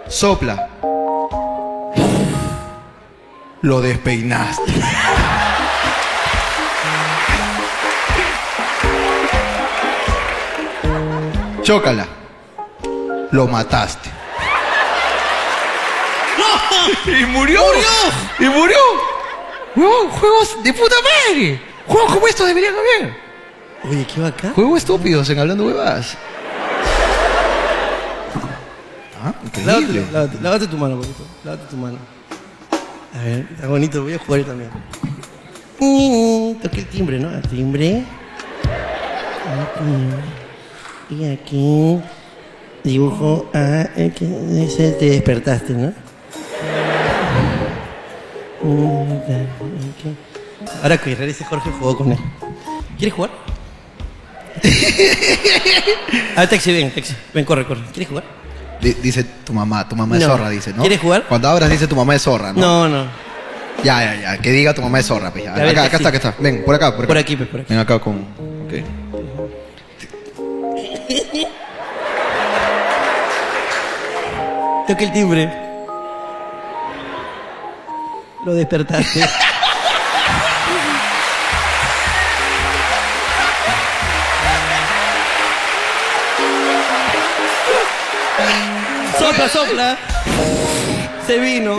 Sopla. Lo despeinaste. Chócala. Lo mataste. ¡Y murió! ¡Y murió! Huevón, juegos de puta madre. Juegos como estos deberían haber. Oye, ¿qué va acá? Juegos estúpidos en hablando huevas. Ah, increíble. Lávate, lávate, lávate tu mano, bonito. Lávate tu mano. A ver, está bonito, voy a jugar yo también. Mm, Toqué el timbre, ¿no? El timbre. Aquí. Y aquí dibujo a el que dice te despertaste, ¿no? Mm, aquí. Ahora que realice Jorge jugó con él. ¿Quieres jugar? Ah, taxi, ven, taxi. Ven, corre, corre. ¿Quieres jugar? Di- dice tu mamá, tu mamá es No. zorra, dice, ¿no? ¿Quieres jugar? Cuando abras dice tu mamá es zorra, ¿no? No, no. Ya, ya, ya. Que diga tu mamá es zorra, pues. ya. A ver, Acá, que acá sí. está, acá está. Ven, por acá, por acá. Por aquí, pues, por aquí. Ven acá con. Ok. Toca el timbre. Lo despertaste. sopla, sopla. Se vino.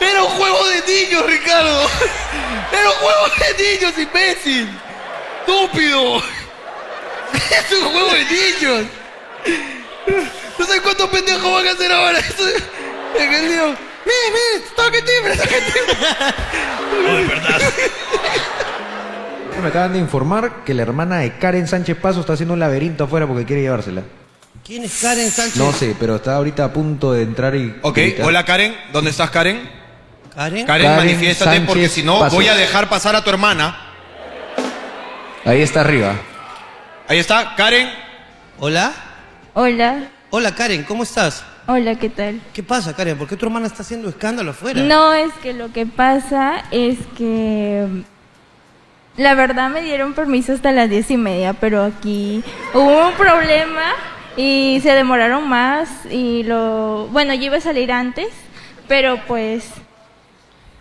Era un juego de niños, Ricardo. Era un juego de niños, imbécil. Estúpido. Es un juego de niños. No sé cuántos pendejos van a hacer ahora. Eso aquel niño. Mire, mire, toque timbre, toque timbre. Me acaban de informar que la hermana de Karen Sánchez Paso está haciendo un laberinto afuera porque quiere llevársela. ¿Quién es Karen Sánchez? No sé, pero está ahorita a punto de entrar y. Ok, gritar. hola Karen, ¿dónde estás Karen? ¿Karen? Karen, Karen manifiéstate Sánchez porque si no Pasos. voy a dejar pasar a tu hermana. Ahí está arriba. Ahí está, Karen. ¿Hola? Hola, Hola, Karen, ¿cómo estás? hola, ¿qué tal? ¿Qué pasa, Karen? ¿Por qué tu hermana está haciendo escándalo afuera? No, es que lo que pasa es que mm, la verdad me dieron permiso hasta las diez y media, pero aquí hubo un problema y se demoraron más y lo bueno yo iba a salir antes, pero pues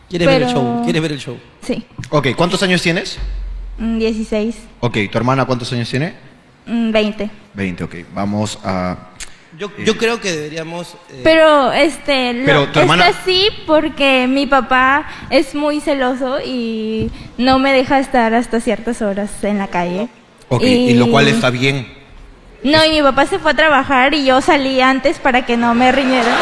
¿Quieres ver el pero- show? ¿Quieres ver el show? sí, Ok, ¿cuántos años tienes? mm, 16, Ok, ¿tu hermana cuántos años tiene? mm, 20. 20, ok. Vamos a. Yo, yo creo que deberíamos... eh, Pero este, lo, Pero tu hermana- está así porque mi papá es muy celoso y no me deja estar hasta ciertas horas en la calle. Ok, y Eh, lo cual está bien. No, y mi papá se fue a trabajar y yo salí antes para que no me riñeran.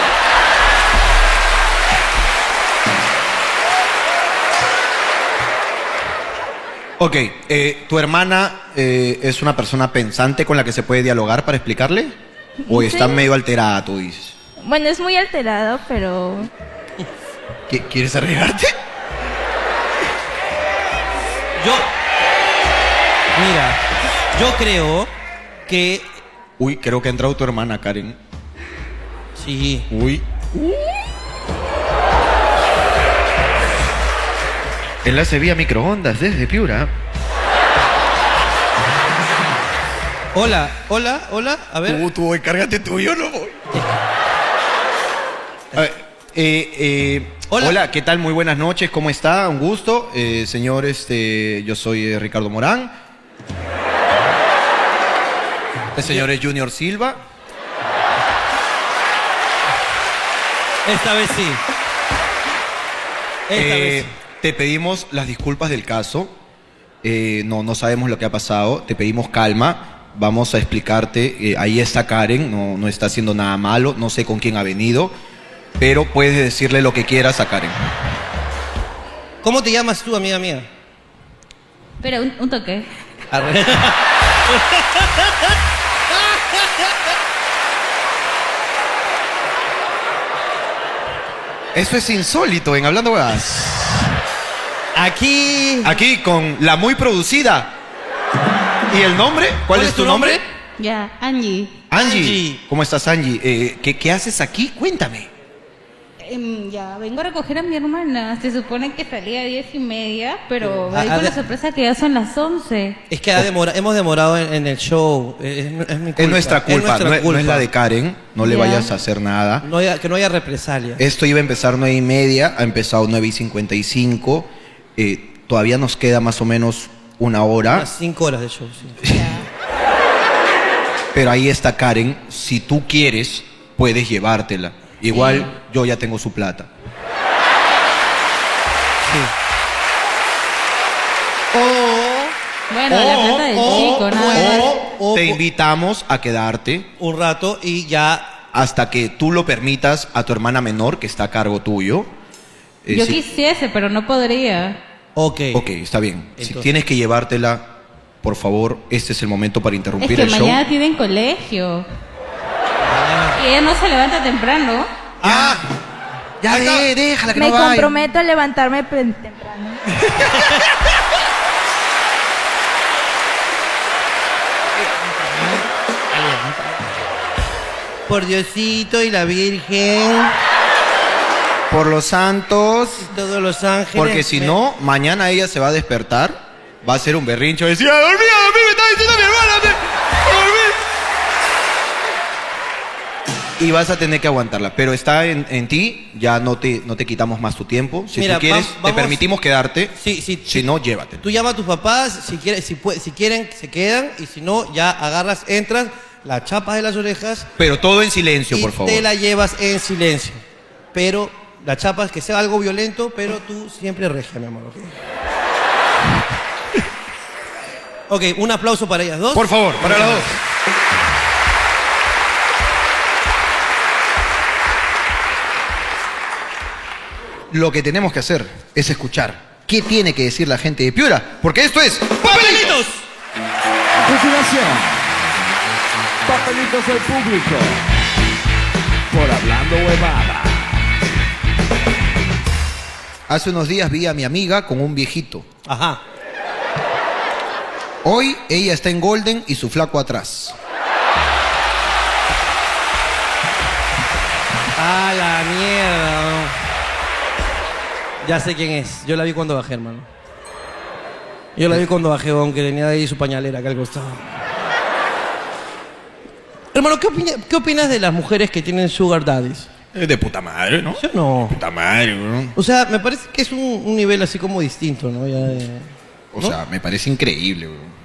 Ok, eh, ¿tu hermana eh, es una persona pensante con la que se puede dialogar para explicarle? ¿O Sí. está medio alterada, tú dices? Bueno, es muy alterado, pero ¿Qui- ¿Quieres arreglarte? Yo. Mira, yo creo que. Uy, creo que ha entrado tu hermana, Karen. Sí. Uy. Enlace vía microondas desde Piura. Hola, hola, hola. A ver. Tú, tú, voy, cárgate tú, yo no voy. A ver, eh, eh, Hola. hola. ¿qué tal? Muy buenas noches, ¿cómo está? Un gusto. Eh, señor, este, yo soy eh, Ricardo Morán. El señor es Junior Silva. Esta vez sí. Esta Eh, vez sí. Te pedimos las disculpas del caso. Eh, no, no sabemos lo que ha pasado. Te pedimos calma. vamos a explicarte, eh, ahí está Karen, no, no está haciendo nada malo, no sé con quién ha venido, pero puedes decirle lo que quieras a Karen. ¿Cómo te llamas tú, amiga mía? Pero un, un toque. Arre. Eso es insólito en Hablando Huevas. Aquí. Aquí con la muy producida. ¿Y el nombre? ¿Cuál, es, tu nombre? Ya, Angie. Angie. ¿Cómo estás, Angie? Eh, ¿qué, qué haces aquí? Cuéntame. Em, ya, vengo a recoger a mi hermana. Se supone que salía a diez y media, pero Ah, me di ah, con la de- sorpresa que ya son las once. Es que ha demora- hemos demorado en, en el show. Es, es mi culpa. Es nuestra culpa, no, es- no es la de Karen. No le Ya. vayas a hacer nada. No haya- que no haya represalia. Esto iba a empezar nueve y media, ha empezado nueve y cincuenta y cinco. Eh, todavía nos queda más o menos una hora. Unas cinco horas de show. sí. Pero ahí está Karen. Si tú quieres, puedes llevártela. Igual yo ya tengo su plata. Bueno, la O- plata del o- chico, nada oh. más. o- o- Te invitamos a quedarte. Un rato y ya. Hasta que tú lo permitas a tu hermana menor, que está a cargo tuyo. Eh, Yo si- quisiese, pero no podría. Ok. Ok, está bien. si Entonces- tienes que llevártela, por favor, este es el momento para Es interrumpir que el show. mañana tienen colegio. Ah. Y ella no se levanta temprano. Ya, de, déjala Me comprometo a levantarme pre- temprano. Por Diosito y la Virgen, Por los santos. todos los ángeles. Porque si me- no, mañana ella se va a despertar, va a hacer un berrincho y decir, "Ah, dormí, ah, dormí, me está diciendo mi hermana, te- dormí". Y vas a tener que aguantarla, pero está en, en ti, ya no te, no te quitamos más tu tiempo. Si Mira, tú quieres, vam- te vamos- permitimos quedarte. si no, llévate. Tú llama a tus papás, si, quieres, si, pue- si quieren, se quedan. Y si no, ya agarras, entras, la chapas de las orejas Pero todo en silencio, y por favor. te la llevas en silencio. Pero la chapa es que sea algo violento, pero tú siempre regia, mi amor. ¿ok? Ok, un aplauso para ellas dos. Por favor, para las dos. Lo que tenemos que hacer es escuchar qué tiene que decir la gente de Piura, porque esto es Papelitos. A continuación, papelitos del público. Por hablando huevada. Hace unos días vi a mi amiga con un viejito. Ajá. Hoy ella está en Golden y su flaco atrás. A la mierda. Ya sé quién es. Yo la vi cuando bajé, hermano. Yo la vi cuando bajé, aunque tenía ahí su pañalera acá al costado. Hermano, ¿qué, opina- qué opinas de las mujeres que tienen sugar daddies? De puta madre, ¿no? Yo no. Puta madre, ¿no? O sea, me parece que es un, un nivel así como distinto, ¿no? Ya de- O ¿No? sea, me parece increíble, bro.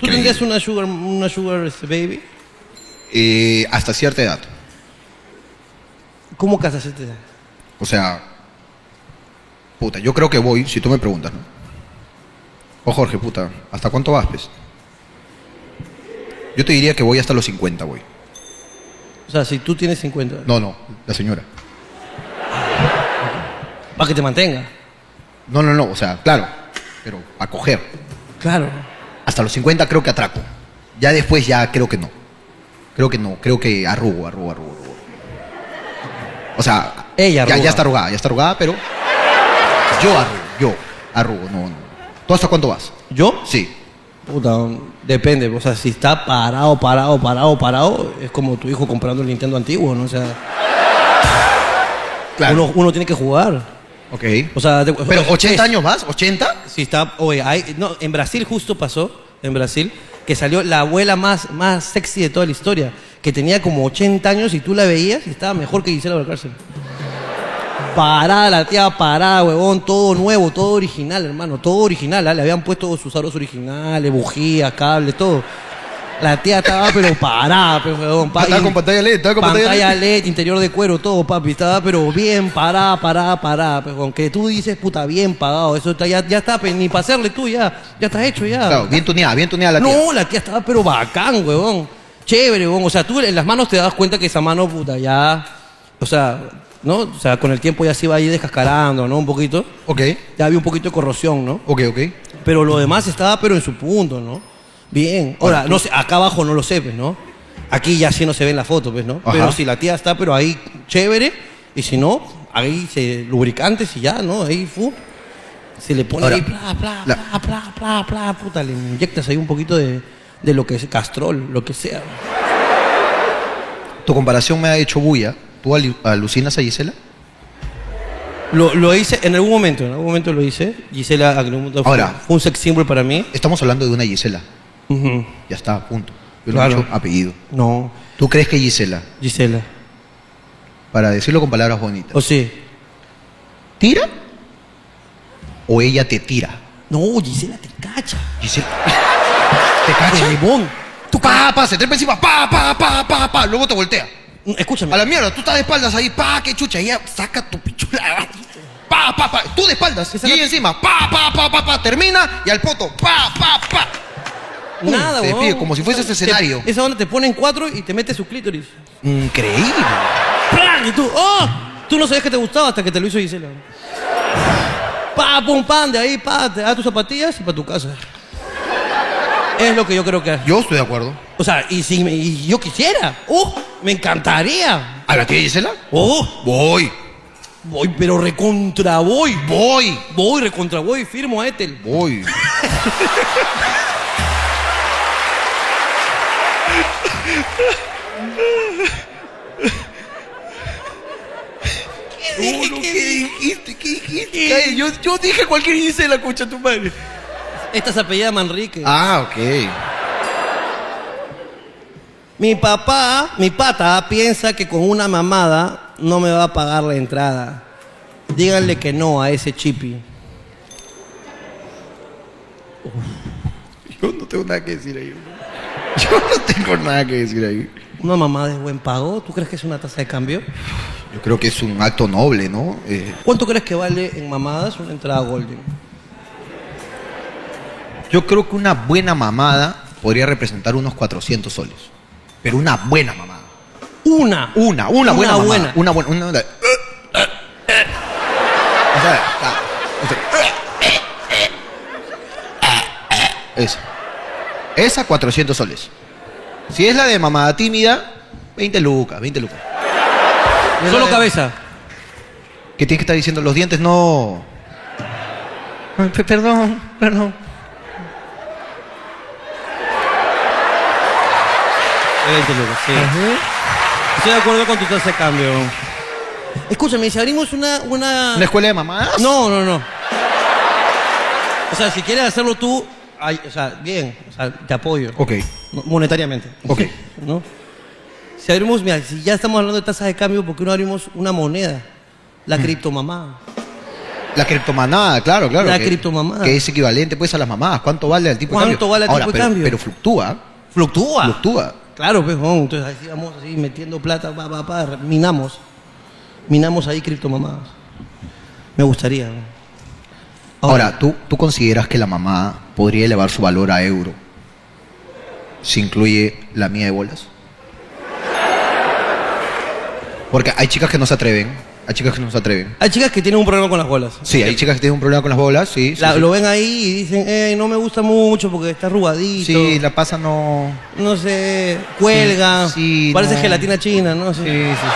¿Tú tendrías una sugar, una sugar este, baby? Eh, hasta cierta edad. ¿Cómo casas este? O sea, puta, yo creo que voy, si tú me preguntas, ¿no? O Jorge, puta, ¿hasta cuánto vas, pues? Yo te diría que voy hasta los 50, güey. O sea, si tú tienes 50. No, no, la señora. Para que te mantenga. No, no, no, o sea, claro, pero a coger. Claro. Hasta los 50 creo que atraco. Ya después ya creo que no. Creo que no, creo que arrugo, arrugo, arrugo. arrugo. O sea, Ella ya, arruga. ya está arrugada, ya está arrugada, pero yo arrugo, yo arrugo, no, no. ¿Tú hasta cuánto vas? ¿Yo? Sí. Puta, depende. O sea, si está parado, parado, parado, parado, es como tu hijo comprando el Nintendo antiguo, ¿no? O sea. Uno, uno tiene que jugar. Ok. O sea, de- Pero 80 es- años más, 80? Sí, está. Oye, hay- no, en Brasil justo pasó, en Brasil, que salió la abuela más, más sexy de toda la historia, que tenía como 80 años y tú la veías y estaba mejor que Gisela Valcárcel. Parada, la tía parada, huevón, todo nuevo, todo original, hermano, todo original. ¿ah? Le habían puesto sus aros originales, bujías, cables, todo. La tía estaba pero parada, pero huevón. pa- Estaba con pantalla LED, estaba con pantalla pantalla LED. LED, interior de cuero, todo, papi. Estaba pero bien parada, parada, parada. Pero aunque tú dices, puta, bien pagado. Eso está- ya, ya está, pe, ni para hacerle tú, ya. Ya está hecho, ya. Claro, bien tuneada, bien tuneada la tía. No, la tía estaba pero bacán, huevón. Chévere, huevón. O sea, tú en las manos te das cuenta que esa mano, puta, ya. O sea, ¿no? O sea, con el tiempo ya se iba a ir descascarando, ¿no? Un poquito. Ok. Ya había un poquito de corrosión, ¿no? Ok, ok. Pero lo demás estaba pero en su punto, ¿no? Bien. Ahora, no sé, acá abajo no lo sé, pues, ¿no? Aquí ya sí no se ve en la foto, pues, ¿no? Ajá. Pero si la tía está, pero ahí, chévere. Y si no, ahí se lubricantes y ya, ¿no? Ahí, fu. Se le pone Ahora, ahí, pla, pla, la- pla, pla, pla, pla, puta, le inyectas ahí un poquito de, de lo que es castrol, lo que sea. Tu comparación me ha hecho bulla. ¿Tú alu- alucinas a Gisela? Lo, lo hice en algún momento, en algún momento lo hice. Gisela Agnemuto fue, Ahora. fue un sex symbol para mí. Estamos hablando de una Gisela. Ujú. Ya está, punto. Yo Claro. no he dicho apellido. No. ¿Tú crees que Gisela, Gisela. para decirlo con palabras bonitas, ¿O sí? ¿Tira? o ella te tira? No, Gisela te cacha. Gisela. ¿Te cacha? Tú pa, pa, se trepa encima, pa, pa, pa, pa, pa, luego te voltea. Escúchame. A la mierda, tú estás de espaldas ahí, pa, qué chucha, ella saca tu pichula. Pa, pa, pa, tú de espaldas, y ella encima, pa, pa, pa, pa, pa, termina, y al poto, pa, pa, pa. Pum, Nada, se huevón. despide, como si fuese ese Te- escenario. esa onda te ponen cuatro y te mete su clítoris. Increíble. ¡Plan! Y tú, ¡oh! Tú no sabías que te gustaba hasta que te lo hizo Gisela. Pa, pum, pan, de ahí, pa, te da tus zapatillas y pa' tu casa. Es lo que yo creo que Yo estoy de acuerdo. O sea, y si me- y yo quisiera, ¡uh! Me encantaría. ¿A la tía Gisela? ¡Oh! Voy. Voy, pero recontra voy. Voy. Voy, recontra voy, firmo a Ethel. Voy. Uno, ¿qué dijiste? ¿Qué dijiste? Cae, Yo, yo dije cualquier Gisela, escucha tu madre. Esta es apellida Manrique. Ah, ok. Mi papá, mi pata, piensa que con una mamada no me va a pagar la entrada. Díganle que no a ese chipi. Yo no tengo nada que decir ahí. Yo no tengo nada que decir ahí. Una mamada es buen pago. ¿Tú crees que es una tasa de cambio? Yo creo que es un acto noble, ¿no? Eh, ¿Cuánto crees que vale en mamadas una entrada golden? yo creo que una buena mamada podría representar unos 400 soles. Pero una buena mamada. Una. Una, una, Una buena mamada. buena. Una buena. Una, de- O sea, está- o sea, esa. Esa 400 soles. Si es la de mamada tímida, 20 lucas, 20 lucas. Solo cabeza. ¿Qué tienes que estar diciendo? Los dientes no. Ay, pe- Perdón, perdón. De 20 lucas, sí. Estoy de acuerdo con tu tasa de cambio. Escúchame, si abrimos una... Una, ¿Una escuela de mamadas? No, no, no. O sea, si quieres hacerlo tú, ay, o sea, bien, o sea, te apoyo. Ok, No, Monetariamente. ok. ¿no? Si abrimos, mira, si ya estamos hablando de tasas de cambio, ¿por qué no abrimos una moneda? Mm. La criptomamá. La criptomanada, claro, claro. La que- criptomamada. Que es equivalente pues a las mamadas. ¿Cuánto vale el tipo de cambio? ¿Cuánto vale el Ahora, tipo de pero- cambio? Pero fluctúa. Fluctúa. Fluctúa. Claro, pues, huevón, entonces así vamos así metiendo plata, pa, pa, pa, minamos. Minamos ahí criptomamadas. Me gustaría. ¿no? Ahora, ¿tú, ¿tú consideras que la mamada podría elevar su valor a euro si incluye la mía de bolas? Porque hay chicas que no se atreven. Hay chicas que no se atreven. Hay chicas que tienen un problema con las bolas. Sí, hay chicas que tienen un problema con las bolas, sí. sí, La- sí. Lo ven ahí y dicen, eh, no me gusta mucho porque está arrugadito. Sí, la pasa no. No sé, cuelga. Sí, sí, parece no. gelatina china, ¿no? Sí. Sí, sí,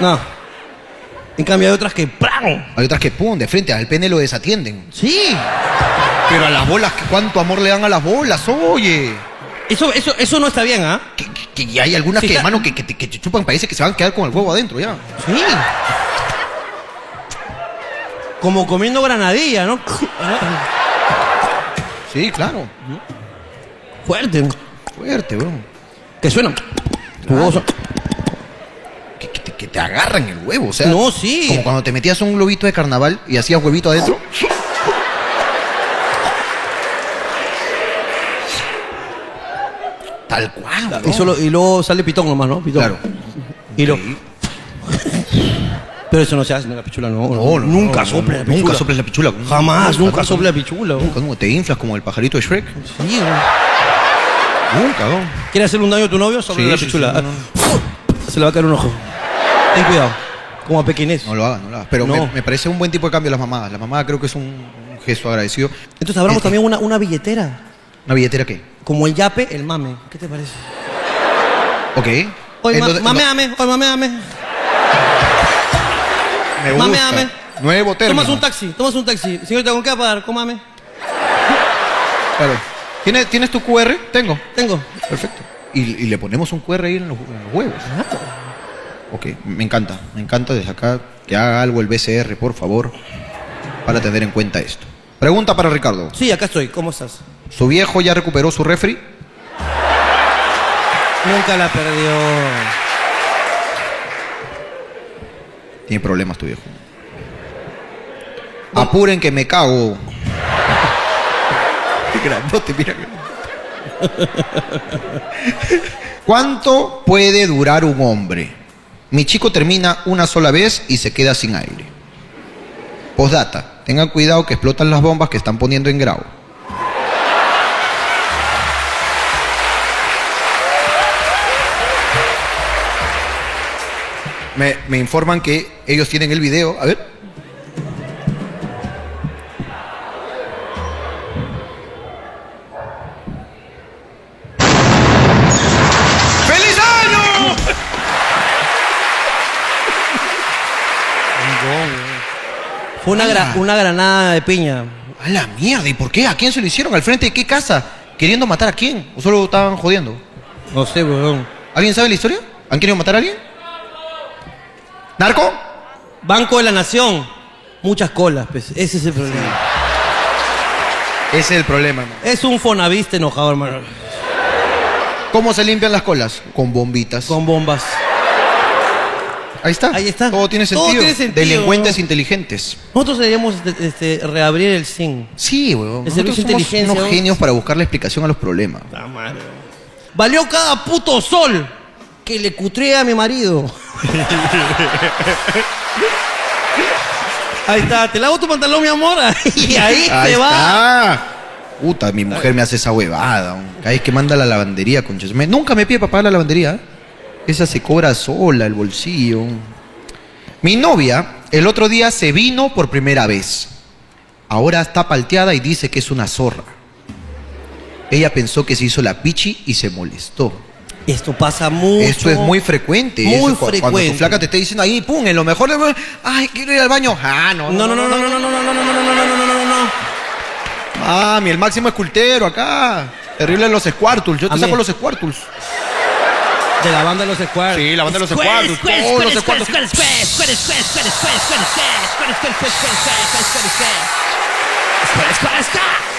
No. En cambio hay otras que ¡pran! Hay otras que pum, de frente, al pene lo desatienden. Sí. Pero a las bolas, ¿cuánto amor le dan a las bolas? Oye. Eso, eso, eso no está bien, ¿ah? Que, que- que- y hay algunas Sí, que, está- hermano, que, que, te- que te chupan, parece que se van a quedar con el huevo adentro ya. Sí. Como comiendo granadilla, ¿no? Sí, claro. Fuerte. Fuerte, bro. Que suena. Jugoso. Ah, Que, que te, que te agarran el huevo, o sea. No, sí. Como cuando te metías un globito de carnaval y hacías huevito adentro. Tal cual. Y, solo, y luego sale pitón nomás, ¿no? Pitón. Claro. Y lo. Pero eso no se hace en la pichula, no. No, no, nunca no, sopla no, la pichula. Nunca soples la pichula. Jamás, nunca sopla la pichula. Nunca, nunca. Te inflas como el pajarito de Shrek. Sí, Nunca, ¿no? ¿Quieres hacerle un daño a tu novio? Sopla Sí, la sí, pichula. sí, no, Ah, Se le va a caer un ojo. Ten cuidado. Como a pequinés. No lo hagas, no lo hagas. Pero me, No. me parece un buen tipo de cambio las mamadas. La mamada creo que es un, un gesto agradecido. Entonces abramos también una, una billetera. ¿Una billetera qué? Como el yape, el mame. ¿Qué te parece? Ok. Oye, ma- Entonces, mame, mame. Oye, mame, mame. Me gusta. Mame, mame. Nuevo término. Tomas un taxi, tomas un taxi. Señorita, ¿con qué va a pagar? ¿Con mame? Claro. ¿Tienes, ¿Tienes tu QR? Tengo. Tengo. Perfecto. Y, y le ponemos un QR ahí en los, en los huevos. Ok, me encanta. Me encanta desde acá que haga algo el BCR, por favor, para tener en cuenta esto. Pregunta para Ricardo. Sí, acá estoy. ¿Cómo estás? ¿Su viejo ya recuperó su refri? Nunca la perdió. Tiene problemas tu viejo. Apuren que me cago. Qué grandote, mira. ¿Cuánto puede durar un hombre? Mi chico termina una sola vez y se queda sin aire. Postdata. Tengan cuidado que explotan las bombas que están poniendo en grau. Me, me informan que ellos tienen el video. A ver. ¡Feliz año! eh. Fue una, gra- una granada de piña. A la mierda, ¿y por qué? ¿A quién se lo hicieron? ¿Al frente de qué casa? ¿Queriendo matar a quién? ¿O solo estaban jodiendo? No sé, weón. ¿Alguien sabe la historia? ¿Han querido matar a alguien? ¿Narco? Banco de la Nación. Muchas colas, pues. Ese es el problema. Ese es el problema, hermano. Es un fonavista enojado, hermano. ¿Cómo se limpian las colas? Con bombitas. Con bombas. Ahí está. Ahí está. Todo tiene sentido. Todo tiene sentido. Delincuentes inteligentes. Nosotros deberíamos este, este, reabrir el SIN. Sí, weón. El servicio Nosotros de somos inteligencia. unos weón. genios para buscar la explicación a los problemas. Puta madre, weón. Valió cada puto sol que le cutré a mi marido. Ahí está, te lavo tu pantalón, mi amor. Y ahí, se va. está. Puta, mi mujer me hace esa huevada. weón. Cada vez que manda a la lavandería, con Nunca me pide para pagar la lavandería. ¿eh? Esa se cobra sola, el bolsillo. Mi novia el otro día se vino por primera vez. Ahora está palteada y dice que es una zorra. Ella pensó que se hizo la pichi y se molestó. Esto pasa mucho. Esto es muy frecuente. Muy Eso cu- Cuando tu frecuente. flaca te esté diciendo ahí, pum, en lo mejor, de- ay, quiero ir al baño. Ah, no. No, no, no, no, no, no, no, no, no, no, no, no, no, no, no, no, no. Mami, Ah, el máximo escultero acá. Terrible en los Squirtles. Yo te Amén. saco los Squirtles. De la banda de los Squares. Sí, la banda de los Squirtles. Todos los Squirtles.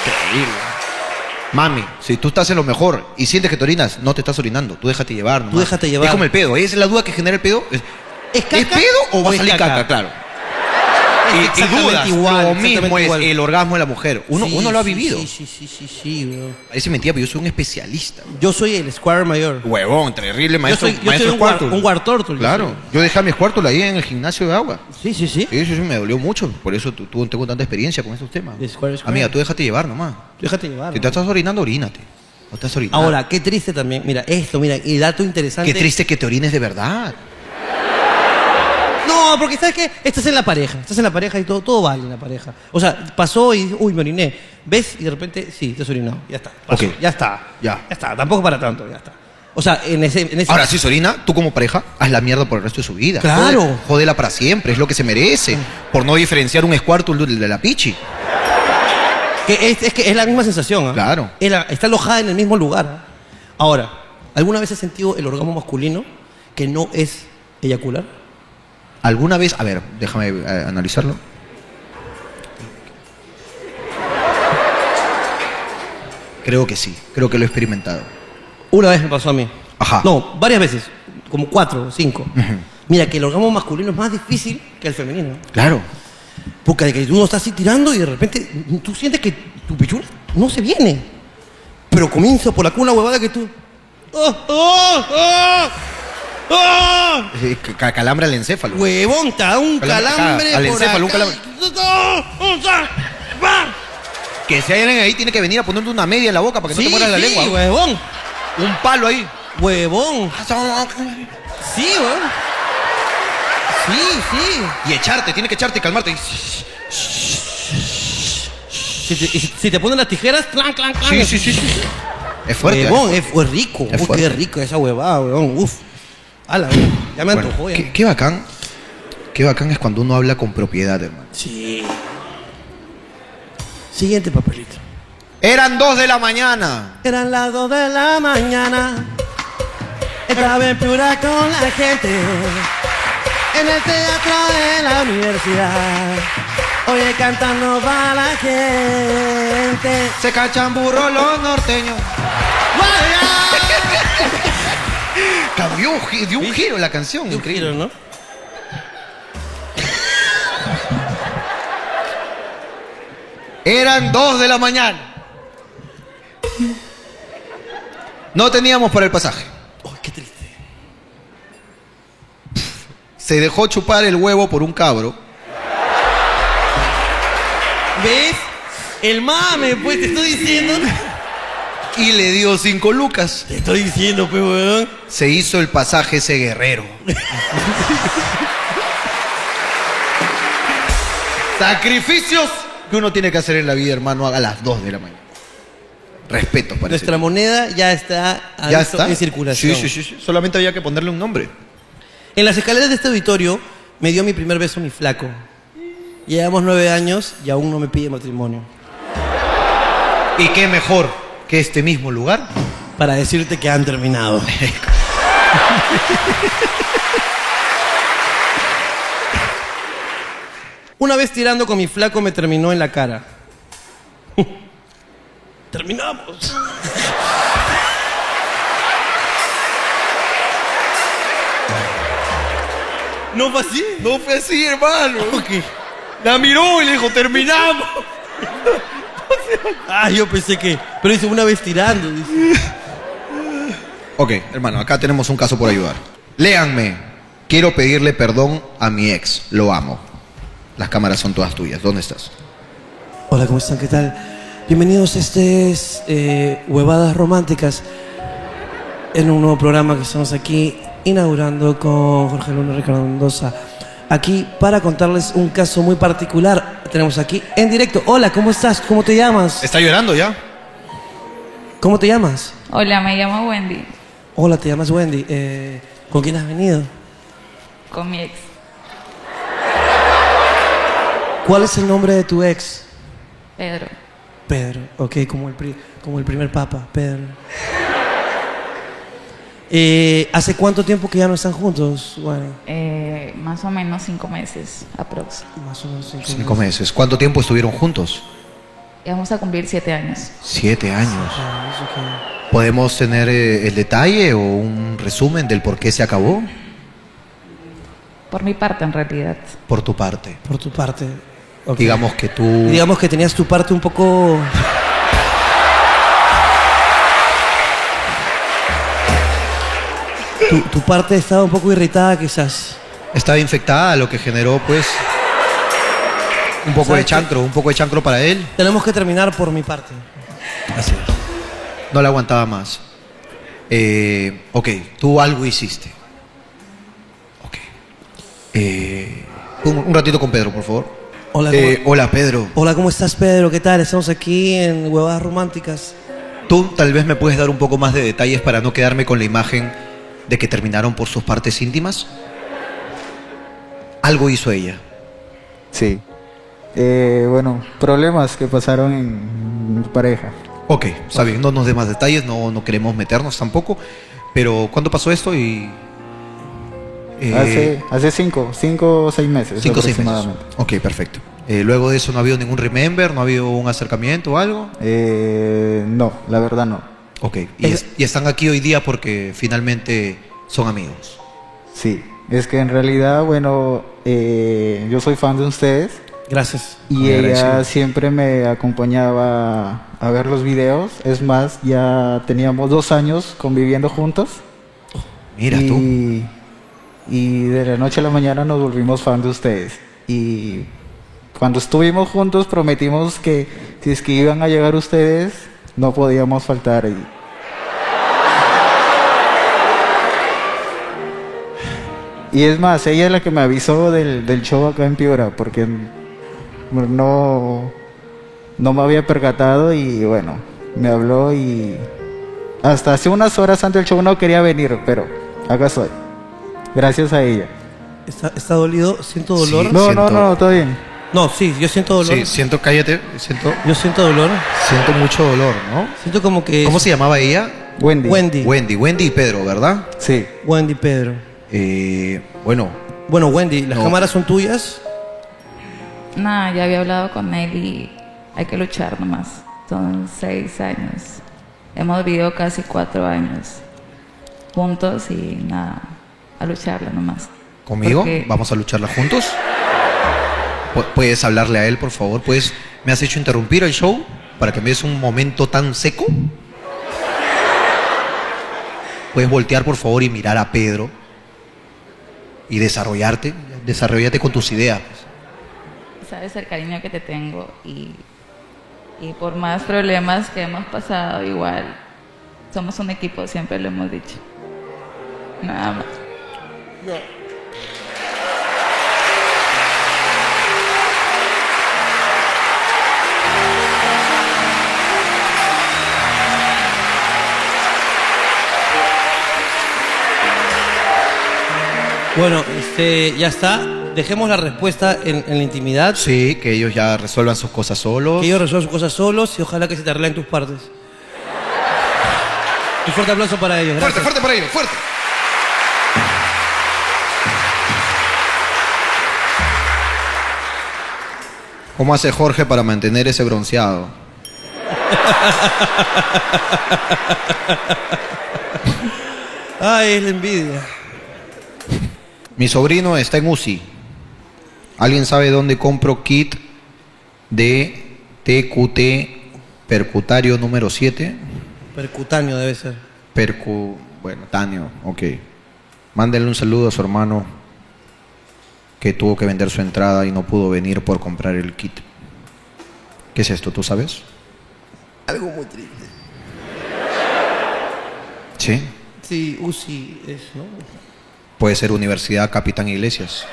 Increíble. Mami, si tú estás en lo mejor y sientes que te orinas, no te estás orinando. Tú déjate llevar. nomás. Tú déjate llevar. Es como el pedo. Esa es la duda que genera el pedo. ¿Es, ¿Es ¿es caca pedo o va a es salir caca? Claro. Es Y- Y, exactamente dudas. igual, lo exactamente mismo es igual. el orgasmo de la mujer. Uno, Sí, uno lo ha sí, vivido. Sí, sí, sí, sí, sí, weón. Parece mentira, pero yo soy un especialista. Yo soy el Square mayor. Huevón, terrible maestro. yo soy, yo maestro soy un, guar, Squirtle. un guartortle, yo Claro, yo dejé mis cuartos ahí en el gimnasio de agua. Sí, sí, sí. Sí, sí, sí, me dolió mucho. Por eso tu- tu- tengo tanta experiencia con estos temas. soy. Square, Square. Amiga, tú déjate llevar nomás. Tú Déjate llevar. Si ¿no? te estás orinando, orínate. No estás orinando. Ahora, qué triste también. Mira, esto, mira, y dato interesante. Qué triste que te orines de verdad. No, porque sabes que estás en la pareja, estás en la pareja y todo, todo vale en la pareja. O sea, pasó y uy, me oriné. ¿Ves? Y de repente, sí, te has orinado. Ya está. pasó, Ok. Ya está. Ya. Ya está. Tampoco para tanto, ya está. O sea, en ese. En ese Ahora, si se orina, tú como pareja, haz la mierda por el resto de su vida. Claro. Jode- Jódela para siempre, es lo que se merece. Por no diferenciar un escuarto de la pichi. Que es, es que es la misma sensación, ¿ah? Claro. Es la- está alojada en el mismo lugar. ¿ah? Ahora, ¿alguna vez has sentido el orgasmo masculino que no es eyacular? ¿Alguna vez, a ver, déjame eh, analizarlo? Creo que sí, creo que lo he experimentado. Una vez me pasó a mí. Ajá. No, varias veces. Como cuatro o cinco. Mira, que el orgasmo masculino es más difícil que el femenino. Claro. Porque de que uno está así tirando y de repente tú sientes que tu pichula no se viene. Pero comienza por la cuna huevada que tú. ¡Oh, oh, oh! ¡Oh! Sí, ca- Calambra el encéfalo. Huevón, te da un calambre ca- al por encéfalo, un acá. ¡Oh, calambre. Que si hay alguien ahí, tiene que venir a ponerte una media en la boca para que no Sí, te mueras la sí, lengua. huevón. Un palo ahí. Huevón. Sí, huevón. Sí, sí. Y echarte, tiene que echarte y calmarte. Y- Si te, y si- si te ponen las tijeras, clan, clan, clan. Ah, Sí, sí, sí, sí. Es fuerte. Huevón, ¿eh? es, es rico. Es Uy, fuerte. qué rico esa huevada, huevón. Uf. Ala, huevón. Ya me Bueno, antojó ya. qué, qué bacán. Qué bacán es cuando uno habla con propiedad, hermano. Sí. Siguiente papelito. Eran dos de la mañana. Eran las 2 de la mañana. Estaba en Piura con la gente. En el teatro de la universidad. Oye, cantando va la gente. Se cachan burros los norteños. Cambió, un gi- dio un giro la canción. increíble. ¿no? Eran dos de la mañana. No teníamos para el pasaje. Se dejó chupar el huevo por un cabro. ¿Ves? El mame, pues te estoy diciendo. Y le dio cinco lucas. Te estoy diciendo, pues, weón. Se hizo el pasaje ese guerrero. Sacrificios que uno tiene que hacer en la vida, hermano, a las dos de la mañana. Respeto para ese Nuestra moneda ya está, ¿Ya aviso, está? en circulación. Sí, sí, sí, sí. Solamente había que ponerle un nombre. En las escaleras de este auditorio me dio mi primer beso mi flaco. Llevamos nueve años y aún no me pide matrimonio. ¿Y qué mejor que este mismo lugar? Para decirte que han terminado. Una vez tirando con mi flaco me terminó en la cara. Terminamos. ¿No fue así? No fue así, hermano. La miró y le dijo, terminamos. Ah, yo pensé que. Pero dice una vez tirando. dice. Ok, hermano, acá tenemos un caso por ayudar. Léanme. Quiero pedirle perdón a mi ex. Lo amo. Las cámaras son todas tuyas. ¿Dónde estás? Hola, ¿cómo están? ¿Qué tal? Bienvenidos, este es eh, Huevadas Románticas, en un nuevo programa que estamos aquí inaugurando con Jorge Luna y Ricardo Mendoza. Aquí para contarles un caso muy particular, tenemos aquí en directo. Hola, ¿cómo estás? ¿Cómo te llamas? ¿Está llorando ya? ¿Cómo te llamas? Hola, me llamo Wendy, Hola, te llamas Wendy. Eh, ¿Con quién has venido? con mi ex. ¿Cuál es el nombre de tu ex? Pedro. Pedro, ok, como el, pri- como el primer papa, Pedro. Eh, ¿Hace cuánto tiempo que ya no están juntos? Bueno, Eh, más o menos cinco meses, aprox. más o menos cinco, Cinco meses. ¿Cuánto tiempo estuvieron juntos? Y vamos a cumplir siete años. Siete años. meses, ok. ¿Podemos tener eh, el detalle o un resumen del por qué se acabó? Por mi parte, en realidad. Por tu parte. Por tu parte. ok. Digamos que tú... Y Digamos que tenías tu parte un poco... Tu, tu parte estaba un poco irritada quizás. estaba infectada, lo que generó pues un poco de ¿Sabes qué? chancro, un poco de chancro para él. Tenemos que terminar por mi parte. Así No la aguantaba más. Eh, ok, tú algo hiciste. Ok. Eh, un, un ratito con Pedro, por favor. Hola, Eh, ¿cómo- hola Pedro. Hola, ¿cómo estás Pedro? ¿Qué tal? Estamos aquí en Huevadas Románticas. Tú tal vez me puedes dar un poco más de detalles para no quedarme con la imagen de que terminaron por sus partes íntimas. Algo hizo ella. Sí. Eh, bueno, problemas que pasaron en mi pareja. Ok, está bien, no nos dé más detalles, no, no queremos meternos tampoco. Pero, ¿cuándo pasó esto? Y. eh, hace, hace cinco, cinco o seis meses cinco o seis meses. Ah, aproximadamente. Ok, perfecto. Eh, luego de eso no ha habido ningún remember, no ha habido un acercamiento o algo. Eh, no, la verdad no. Ok, y, es- y están aquí hoy día porque finalmente son amigos. Sí, es que en realidad, bueno, eh, yo soy fan de ustedes Gracias. Y Muy ella agradecido. siempre me acompañaba a ver los videos. Es más, ya teníamos dos años conviviendo juntos. Mira y, tú. Y de la noche a la mañana nos volvimos fan de ustedes. Y cuando estuvimos juntos prometimos que si es que iban a llegar ustedes, no podíamos faltar. Y Y es más, ella es la que me avisó del, del show acá en Piura, porque no, no me había percatado y bueno, me habló y hasta hace unas horas antes del show no quería venir, pero acá estoy. Gracias a ella. ¿Está, está dolido? ¿Siento dolor? no, no, no, todo bien. No, sí, yo siento dolor. Sí, siento, cállate, siento. Yo siento dolor. Siento mucho dolor, ¿no? Siento como que. ¿Cómo se llamaba ella? Wendy. Wendy. Wendy, Wendy y Pedro, ¿verdad? Eh, Sí. Wendy Pedro. bueno. Bueno, Wendy, las No. cámaras son tuyas. Nada, ya había hablado con él y hay que luchar nomás. Son seis años. Hemos vivido casi cuatro años juntos y nada, a lucharla nomás. ¿Conmigo? Porque- ¿Vamos a lucharla juntos? Pu- ¿Puedes hablarle a él, por favor? ¿Puedes? ¿Me has hecho interrumpir el show para que me des un momento tan seco? ¿Puedes voltear, por favor, y mirar a Pedro? Y desarrollarte, desarrollarte con tus ideas. Sabes el cariño que te tengo y, y por más problemas que hemos pasado, igual somos un equipo, siempre lo hemos dicho. Nada más. Bueno, este, ya está. Dejemos la respuesta en, en la intimidad. Sí, que ellos ya resuelvan sus cosas solos. Que ellos resuelvan sus cosas solos y ojalá que se te arreglen tus partes. Un fuerte aplauso para ellos. Fuerte, Gracias. fuerte para ellos, fuerte. ¿Cómo hace Jorge para mantener ese bronceado? Ay, es la envidia. Mi sobrino está en UCI. ¿Alguien sabe dónde compro kit de TQT percutario número 7? Percutáneo debe ser. Percu... Bueno, Tanio, ok. Mándenle un saludo a su hermano que tuvo que vender su entrada y no pudo venir por comprar el kit. ¿Qué es esto? ¿Tú sabes? Algo muy triste. Sí. Sí, UCI es, ¿no? Puede ser Universidad Capitán Iglesias.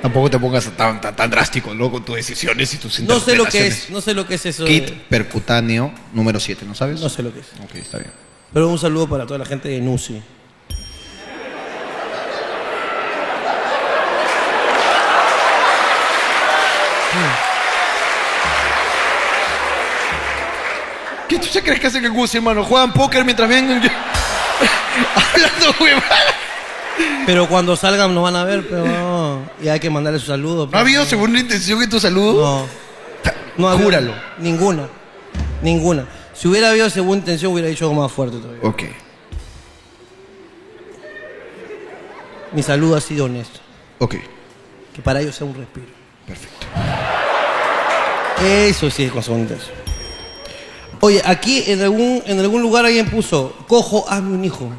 Tampoco te pongas tan, tan, tan drástico, ¿no? Con tus decisiones y tus No sé lo que interpretaciones. es, no sé lo que es eso. Kit de- percutáneo número 7, ¿no sabes? No sé lo que es. Ok, está bien. Pero un saludo para toda la gente de UCI. ¿Qué tú se crees que hacen en Gucci, hermano? Juegan póker mientras ven... Hablando huevadas. Pero cuando salgan nos van a ver, pero no. Y hay que mandarle su saludo. ¿No ha habido segunda intención en tu saludo? No. ha habido Júralo. Ninguna. Ninguna. Si hubiera habido segunda intención hubiera dicho algo más fuerte todavía. Ok. Mi saludo ha sido honesto. Ok. Que para ellos sea un respiro. Perfecto. Eso sí es con segunda intención. Oye, aquí en algún, en algún lugar alguien puso, cojo, hazme un hijo.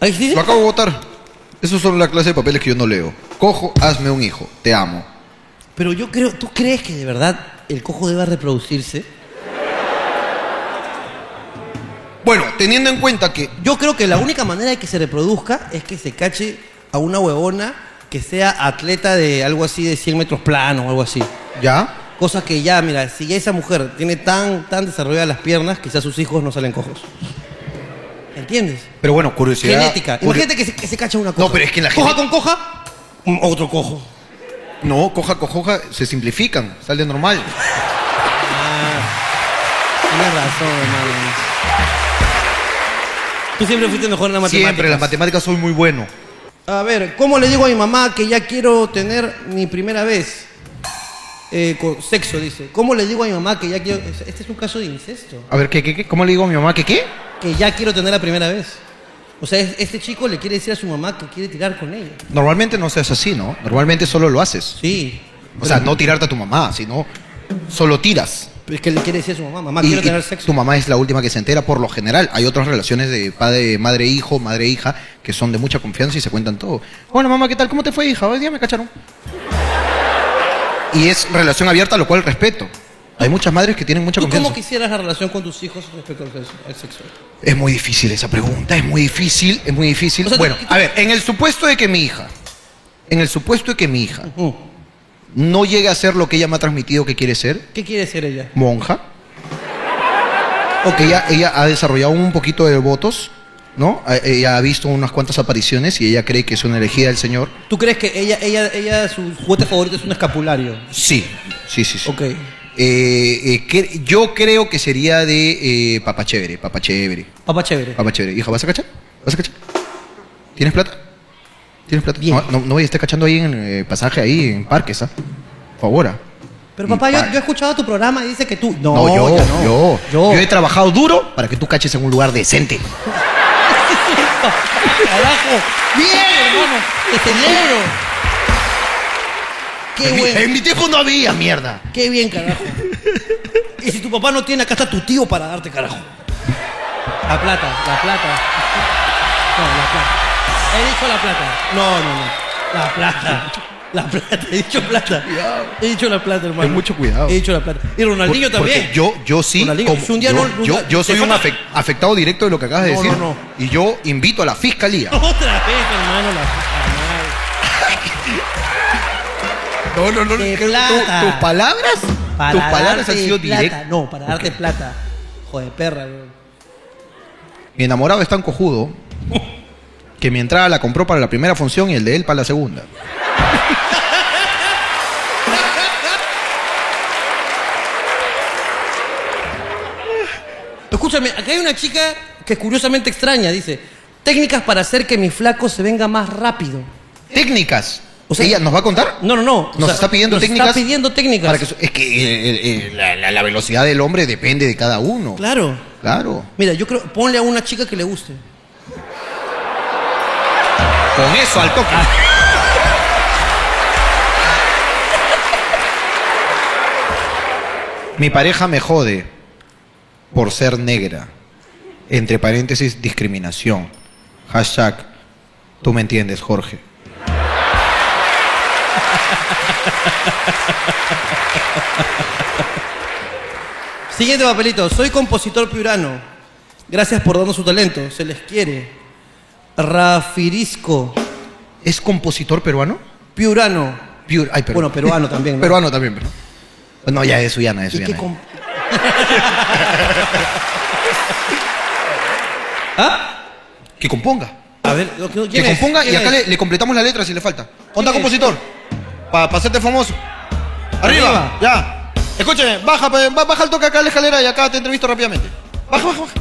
Ahí sí. Lo acabo de votar. Esos son la clase de papeles que yo no leo. Cojo, hazme un hijo. Te amo. Pero yo creo, ¿tú crees que de verdad el cojo deba reproducirse? Bueno, teniendo en cuenta que... Yo creo que la única manera de que se reproduzca es que se cache a una huevona que sea atleta de algo así de 100 metros plano o algo así. ¿Ya? Cosa que ya, mira, si ya esa mujer tiene tan, tan desarrolladas las piernas, quizás sus hijos no salen cojos. ¿Entiendes? Pero bueno, curiosidad... Genética. curio- Imagínate que se, que se cacha una coja. No, pero es que la Coja gente- con coja, mm, otro cojo. No, coja, cojoja, se simplifican. Sale normal. Tienes razón, hermano. Tú siempre fuiste mejor en la matemática. Siempre, las matemáticas soy muy bueno. A ver, ¿cómo le digo a mi mamá que ya quiero tener mi primera vez? Eh, con sexo, dice. ¿Cómo le digo a mi mamá que ya quiero... Este es un caso de incesto. A ver, ¿qué, qué, qué? ¿Cómo le digo a mi mamá que qué? Que ya quiero tener la primera vez. O sea, es- este chico le quiere decir a su mamá que quiere tirar con ella. Normalmente no seas así, ¿no? Normalmente solo lo haces. Sí. O sea, no tirarte a tu mamá, sino solo tiras. Es que le quiere decir a su mamá, mamá, Y- quiero y tener sexo. Tu mamá es la última que se entera por lo general. Hay otras relaciones de padre, madre, hijo, madre, hija, que son de mucha confianza y se cuentan todo. Hola mamá, ¿qué tal? ¿Cómo te fue, hija? Hoy día me cacharon. Y es relación abierta, lo cual respeto. Hay muchas madres que tienen mucha ¿Tú confianza. cómo quisieras la relación con tus hijos respecto al sexo- al sexo? Es muy difícil esa pregunta, es muy difícil, es muy difícil. O sea, bueno, tú- a ver, en el supuesto de que mi hija, en el supuesto de que mi hija no llegue a ser lo que ella me ha transmitido que quiere ser, ¿Qué quiere ser ella? monja. Ok, ella, ella ha desarrollado un poquito de votos, ¿no? Eh, Ella ha visto unas cuantas apariciones y ella cree que es una elegida del Señor. ¿Tú crees que ella, ella, ella, su juguete favorito es un escapulario? Sí, sí, sí. sí. Eh, eh, que- yo creo que sería de eh, papá chévere, papá chévere. Papá chévere. Papá chévere. Hija, ¿vas a cachar? ¿Vas a cachar? ¿Tienes plata? ¿Tienes plata? No, no, no voy a estar cachando ahí en eh, pasaje, ahí en parques, ¿ah? Por favor. ah. Pero papá, yo, yo he escuchado tu programa y dice que tú. No, No, yo, ya no. yo, yo. he trabajado duro para que tú caches en un lugar decente. Carajo. Bien, hermano. Te celebro. Qué en, mi- bueno. en mi tiempo no había mierda. Qué bien, carajo. Y si tu papá no tiene, acá está tu tío para darte, carajo. La plata, la plata. No, la plata. He dicho la plata. No, no, no. La plata. La plata, he dicho plata. He dicho la plata, hermano. Ten mucho cuidado. He dicho la plata. Y Ronaldinho Por- porque también. Yo, yo sí. Ronaldinho, como- si un día yo, no- yo- yo te soy un falta- afec- afectado directo de lo que acabas de No, decir. no, no. Y yo invito a la fiscalía. Otra vez, hermano, la No, no, no. que- De tu- plata. tus palabras, Para tus palabras han darte sido plata. directas. No, para darte plata. Joder, perra, weón. Mi enamorado es tan cojudo que mi entrada la compró para la primera función y el de él para la segunda. Escúchame, acá hay una chica que es curiosamente extraña, dice. Técnicas para hacer que mi flaco se venga más rápido. ¿Técnicas? ¿Ella nos va a contar? No, no, no. O Nos sea, está pidiendo nos técnicas. Está pidiendo técnicas. para que su- es que eh, eh, eh, la, la- la velocidad del hombre depende de cada uno. Claro. Claro. Mira, yo creo, ponle a una chica que le guste. Con eso al toque. Mi pareja me jode por ser negra. Entre paréntesis, discriminación. Hashtag, tú me entiendes, Jorge. Siguiente papelito. Soy compositor piurano. Gracias por darnos su talento. Se les quiere. Rafirisco. ¿Es compositor peruano? Piurano. Ay, pero- Bueno, peruano también. ¿no? Peruano también, pero- No, ya es Suyana, es ¿Y qué Suyana. com- ¿Ah? Que componga. A ver, lo que- Que ¿quién es? componga y ¿Quién acá es? le, le completamos la letra si le falta. ¿Quién Onda es? compositor. Para hacerte famoso. Arriba, Arriba. ya. Escúcheme, baja, pe- ba- baja el toque acá a la escalera y acá te entrevisto rápidamente. Baja, baja, baja.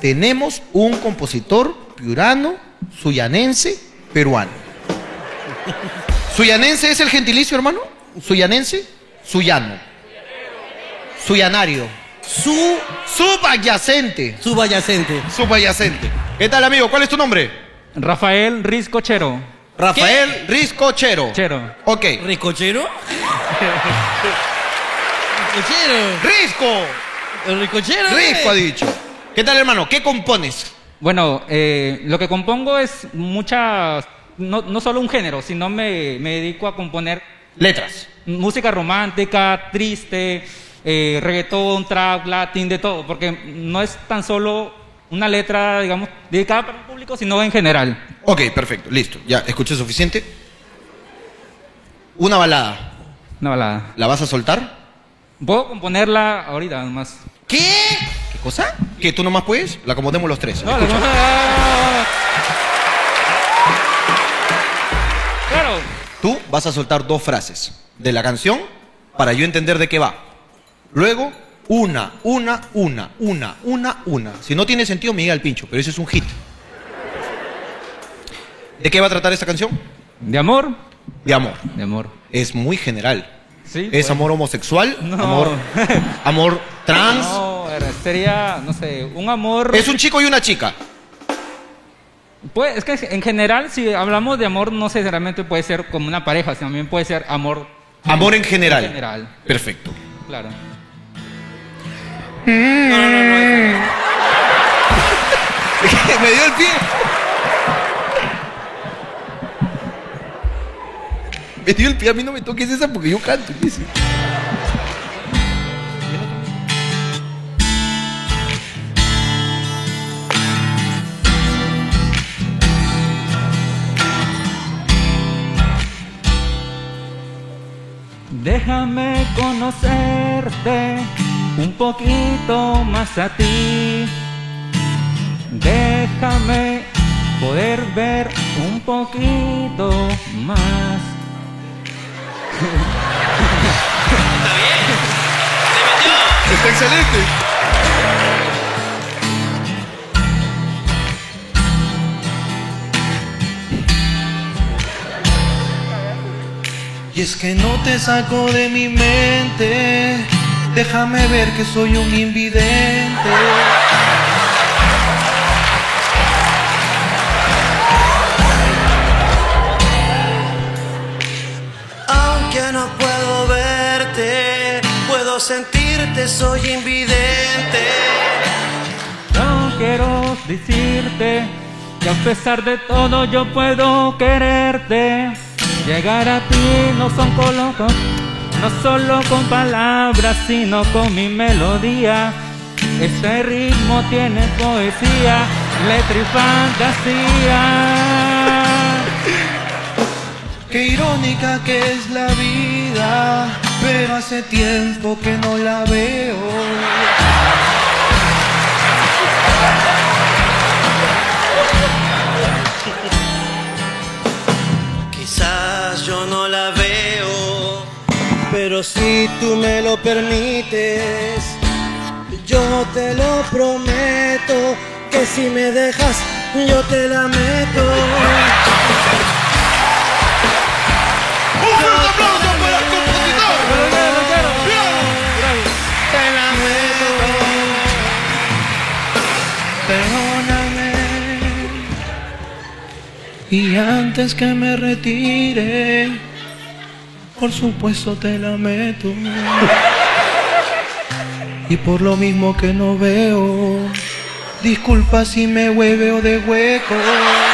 Tenemos un compositor piurano, suyanense, peruano. ¿Suyanense es el gentilicio, hermano? ¿Suyanense? Suyano. Suyanario. Su. Subyacente. Subyacente. Subyacente. ¿Qué tal, amigo? ¿Cuál es tu nombre? Rafael Riscochero. Rafael Riscochero. Chero. Ok. ¿Riscochero? ¡Ricochero! ¡Risco! El ricochero. eh? Risco ha dicho. ¿Qué tal, hermano? ¿Qué compones? Bueno, eh, lo que compongo es muchas. No, no solo un género, sino me, me dedico a componer. Letras. Música romántica, triste, eh, reggaetón, trap, latín, de todo. Porque no es tan solo una letra, digamos, dedicada para un público, sino en general. Ok, perfecto, listo. Ya, escuché suficiente. Una balada. Una balada. ¿La vas a soltar? Puedo componerla ahorita nomás. ¿Qué? ¿Qué cosa? ¿Que tú nomás puedes? La acomodemos los tres. No, la- Escucha. Claro. Tú vas a soltar dos frases de la canción para yo entender de qué va. Luego, una, una, una, una, una, una. Si no tiene sentido, me llega al pincho, pero ese es un hit. ¿De qué va a tratar esta canción? De amor. De amor. De amor. Es muy general. Sí, ¿Es pues. amor homosexual? No. ¿Amor, amor trans? No, era- sería, no sé, un amor. ¿Es un chico y una chica? Pues, es que en general, si hablamos de amor, no necesariamente puede ser como una pareja, sino también puede ser amor. Amor en general. En general, Perfecto. claro. Me dio el pie. Me dio el pie, a mí no me toques esa porque yo canto. ¿qué es? Déjame conocerte un poquito más a ti. Déjame poder ver un poquito más. Está excelente. Y es que no te saco de mi mente. Déjame ver que soy un invidente. Aunque no puedo verte, puedo sentirte, soy invidente. No quiero decirte que a pesar de todo yo puedo quererte. Llegar a ti no son colo- con- no solo con palabras, sino con mi melodía. Este ritmo tiene poesía, letra y fantasía. Qué irónica que es la vida, pero hace tiempo que no la veo. Quizás yo no la veo, pero si tú me lo permites, yo te lo prometo que si me dejas, yo te la meto. Un fuerte aplauso para el compositor. Te lamento. Perdóname. Y antes que me retire, por supuesto te lamento. Y por lo mismo que no veo, disculpa si me hueveo de hueco.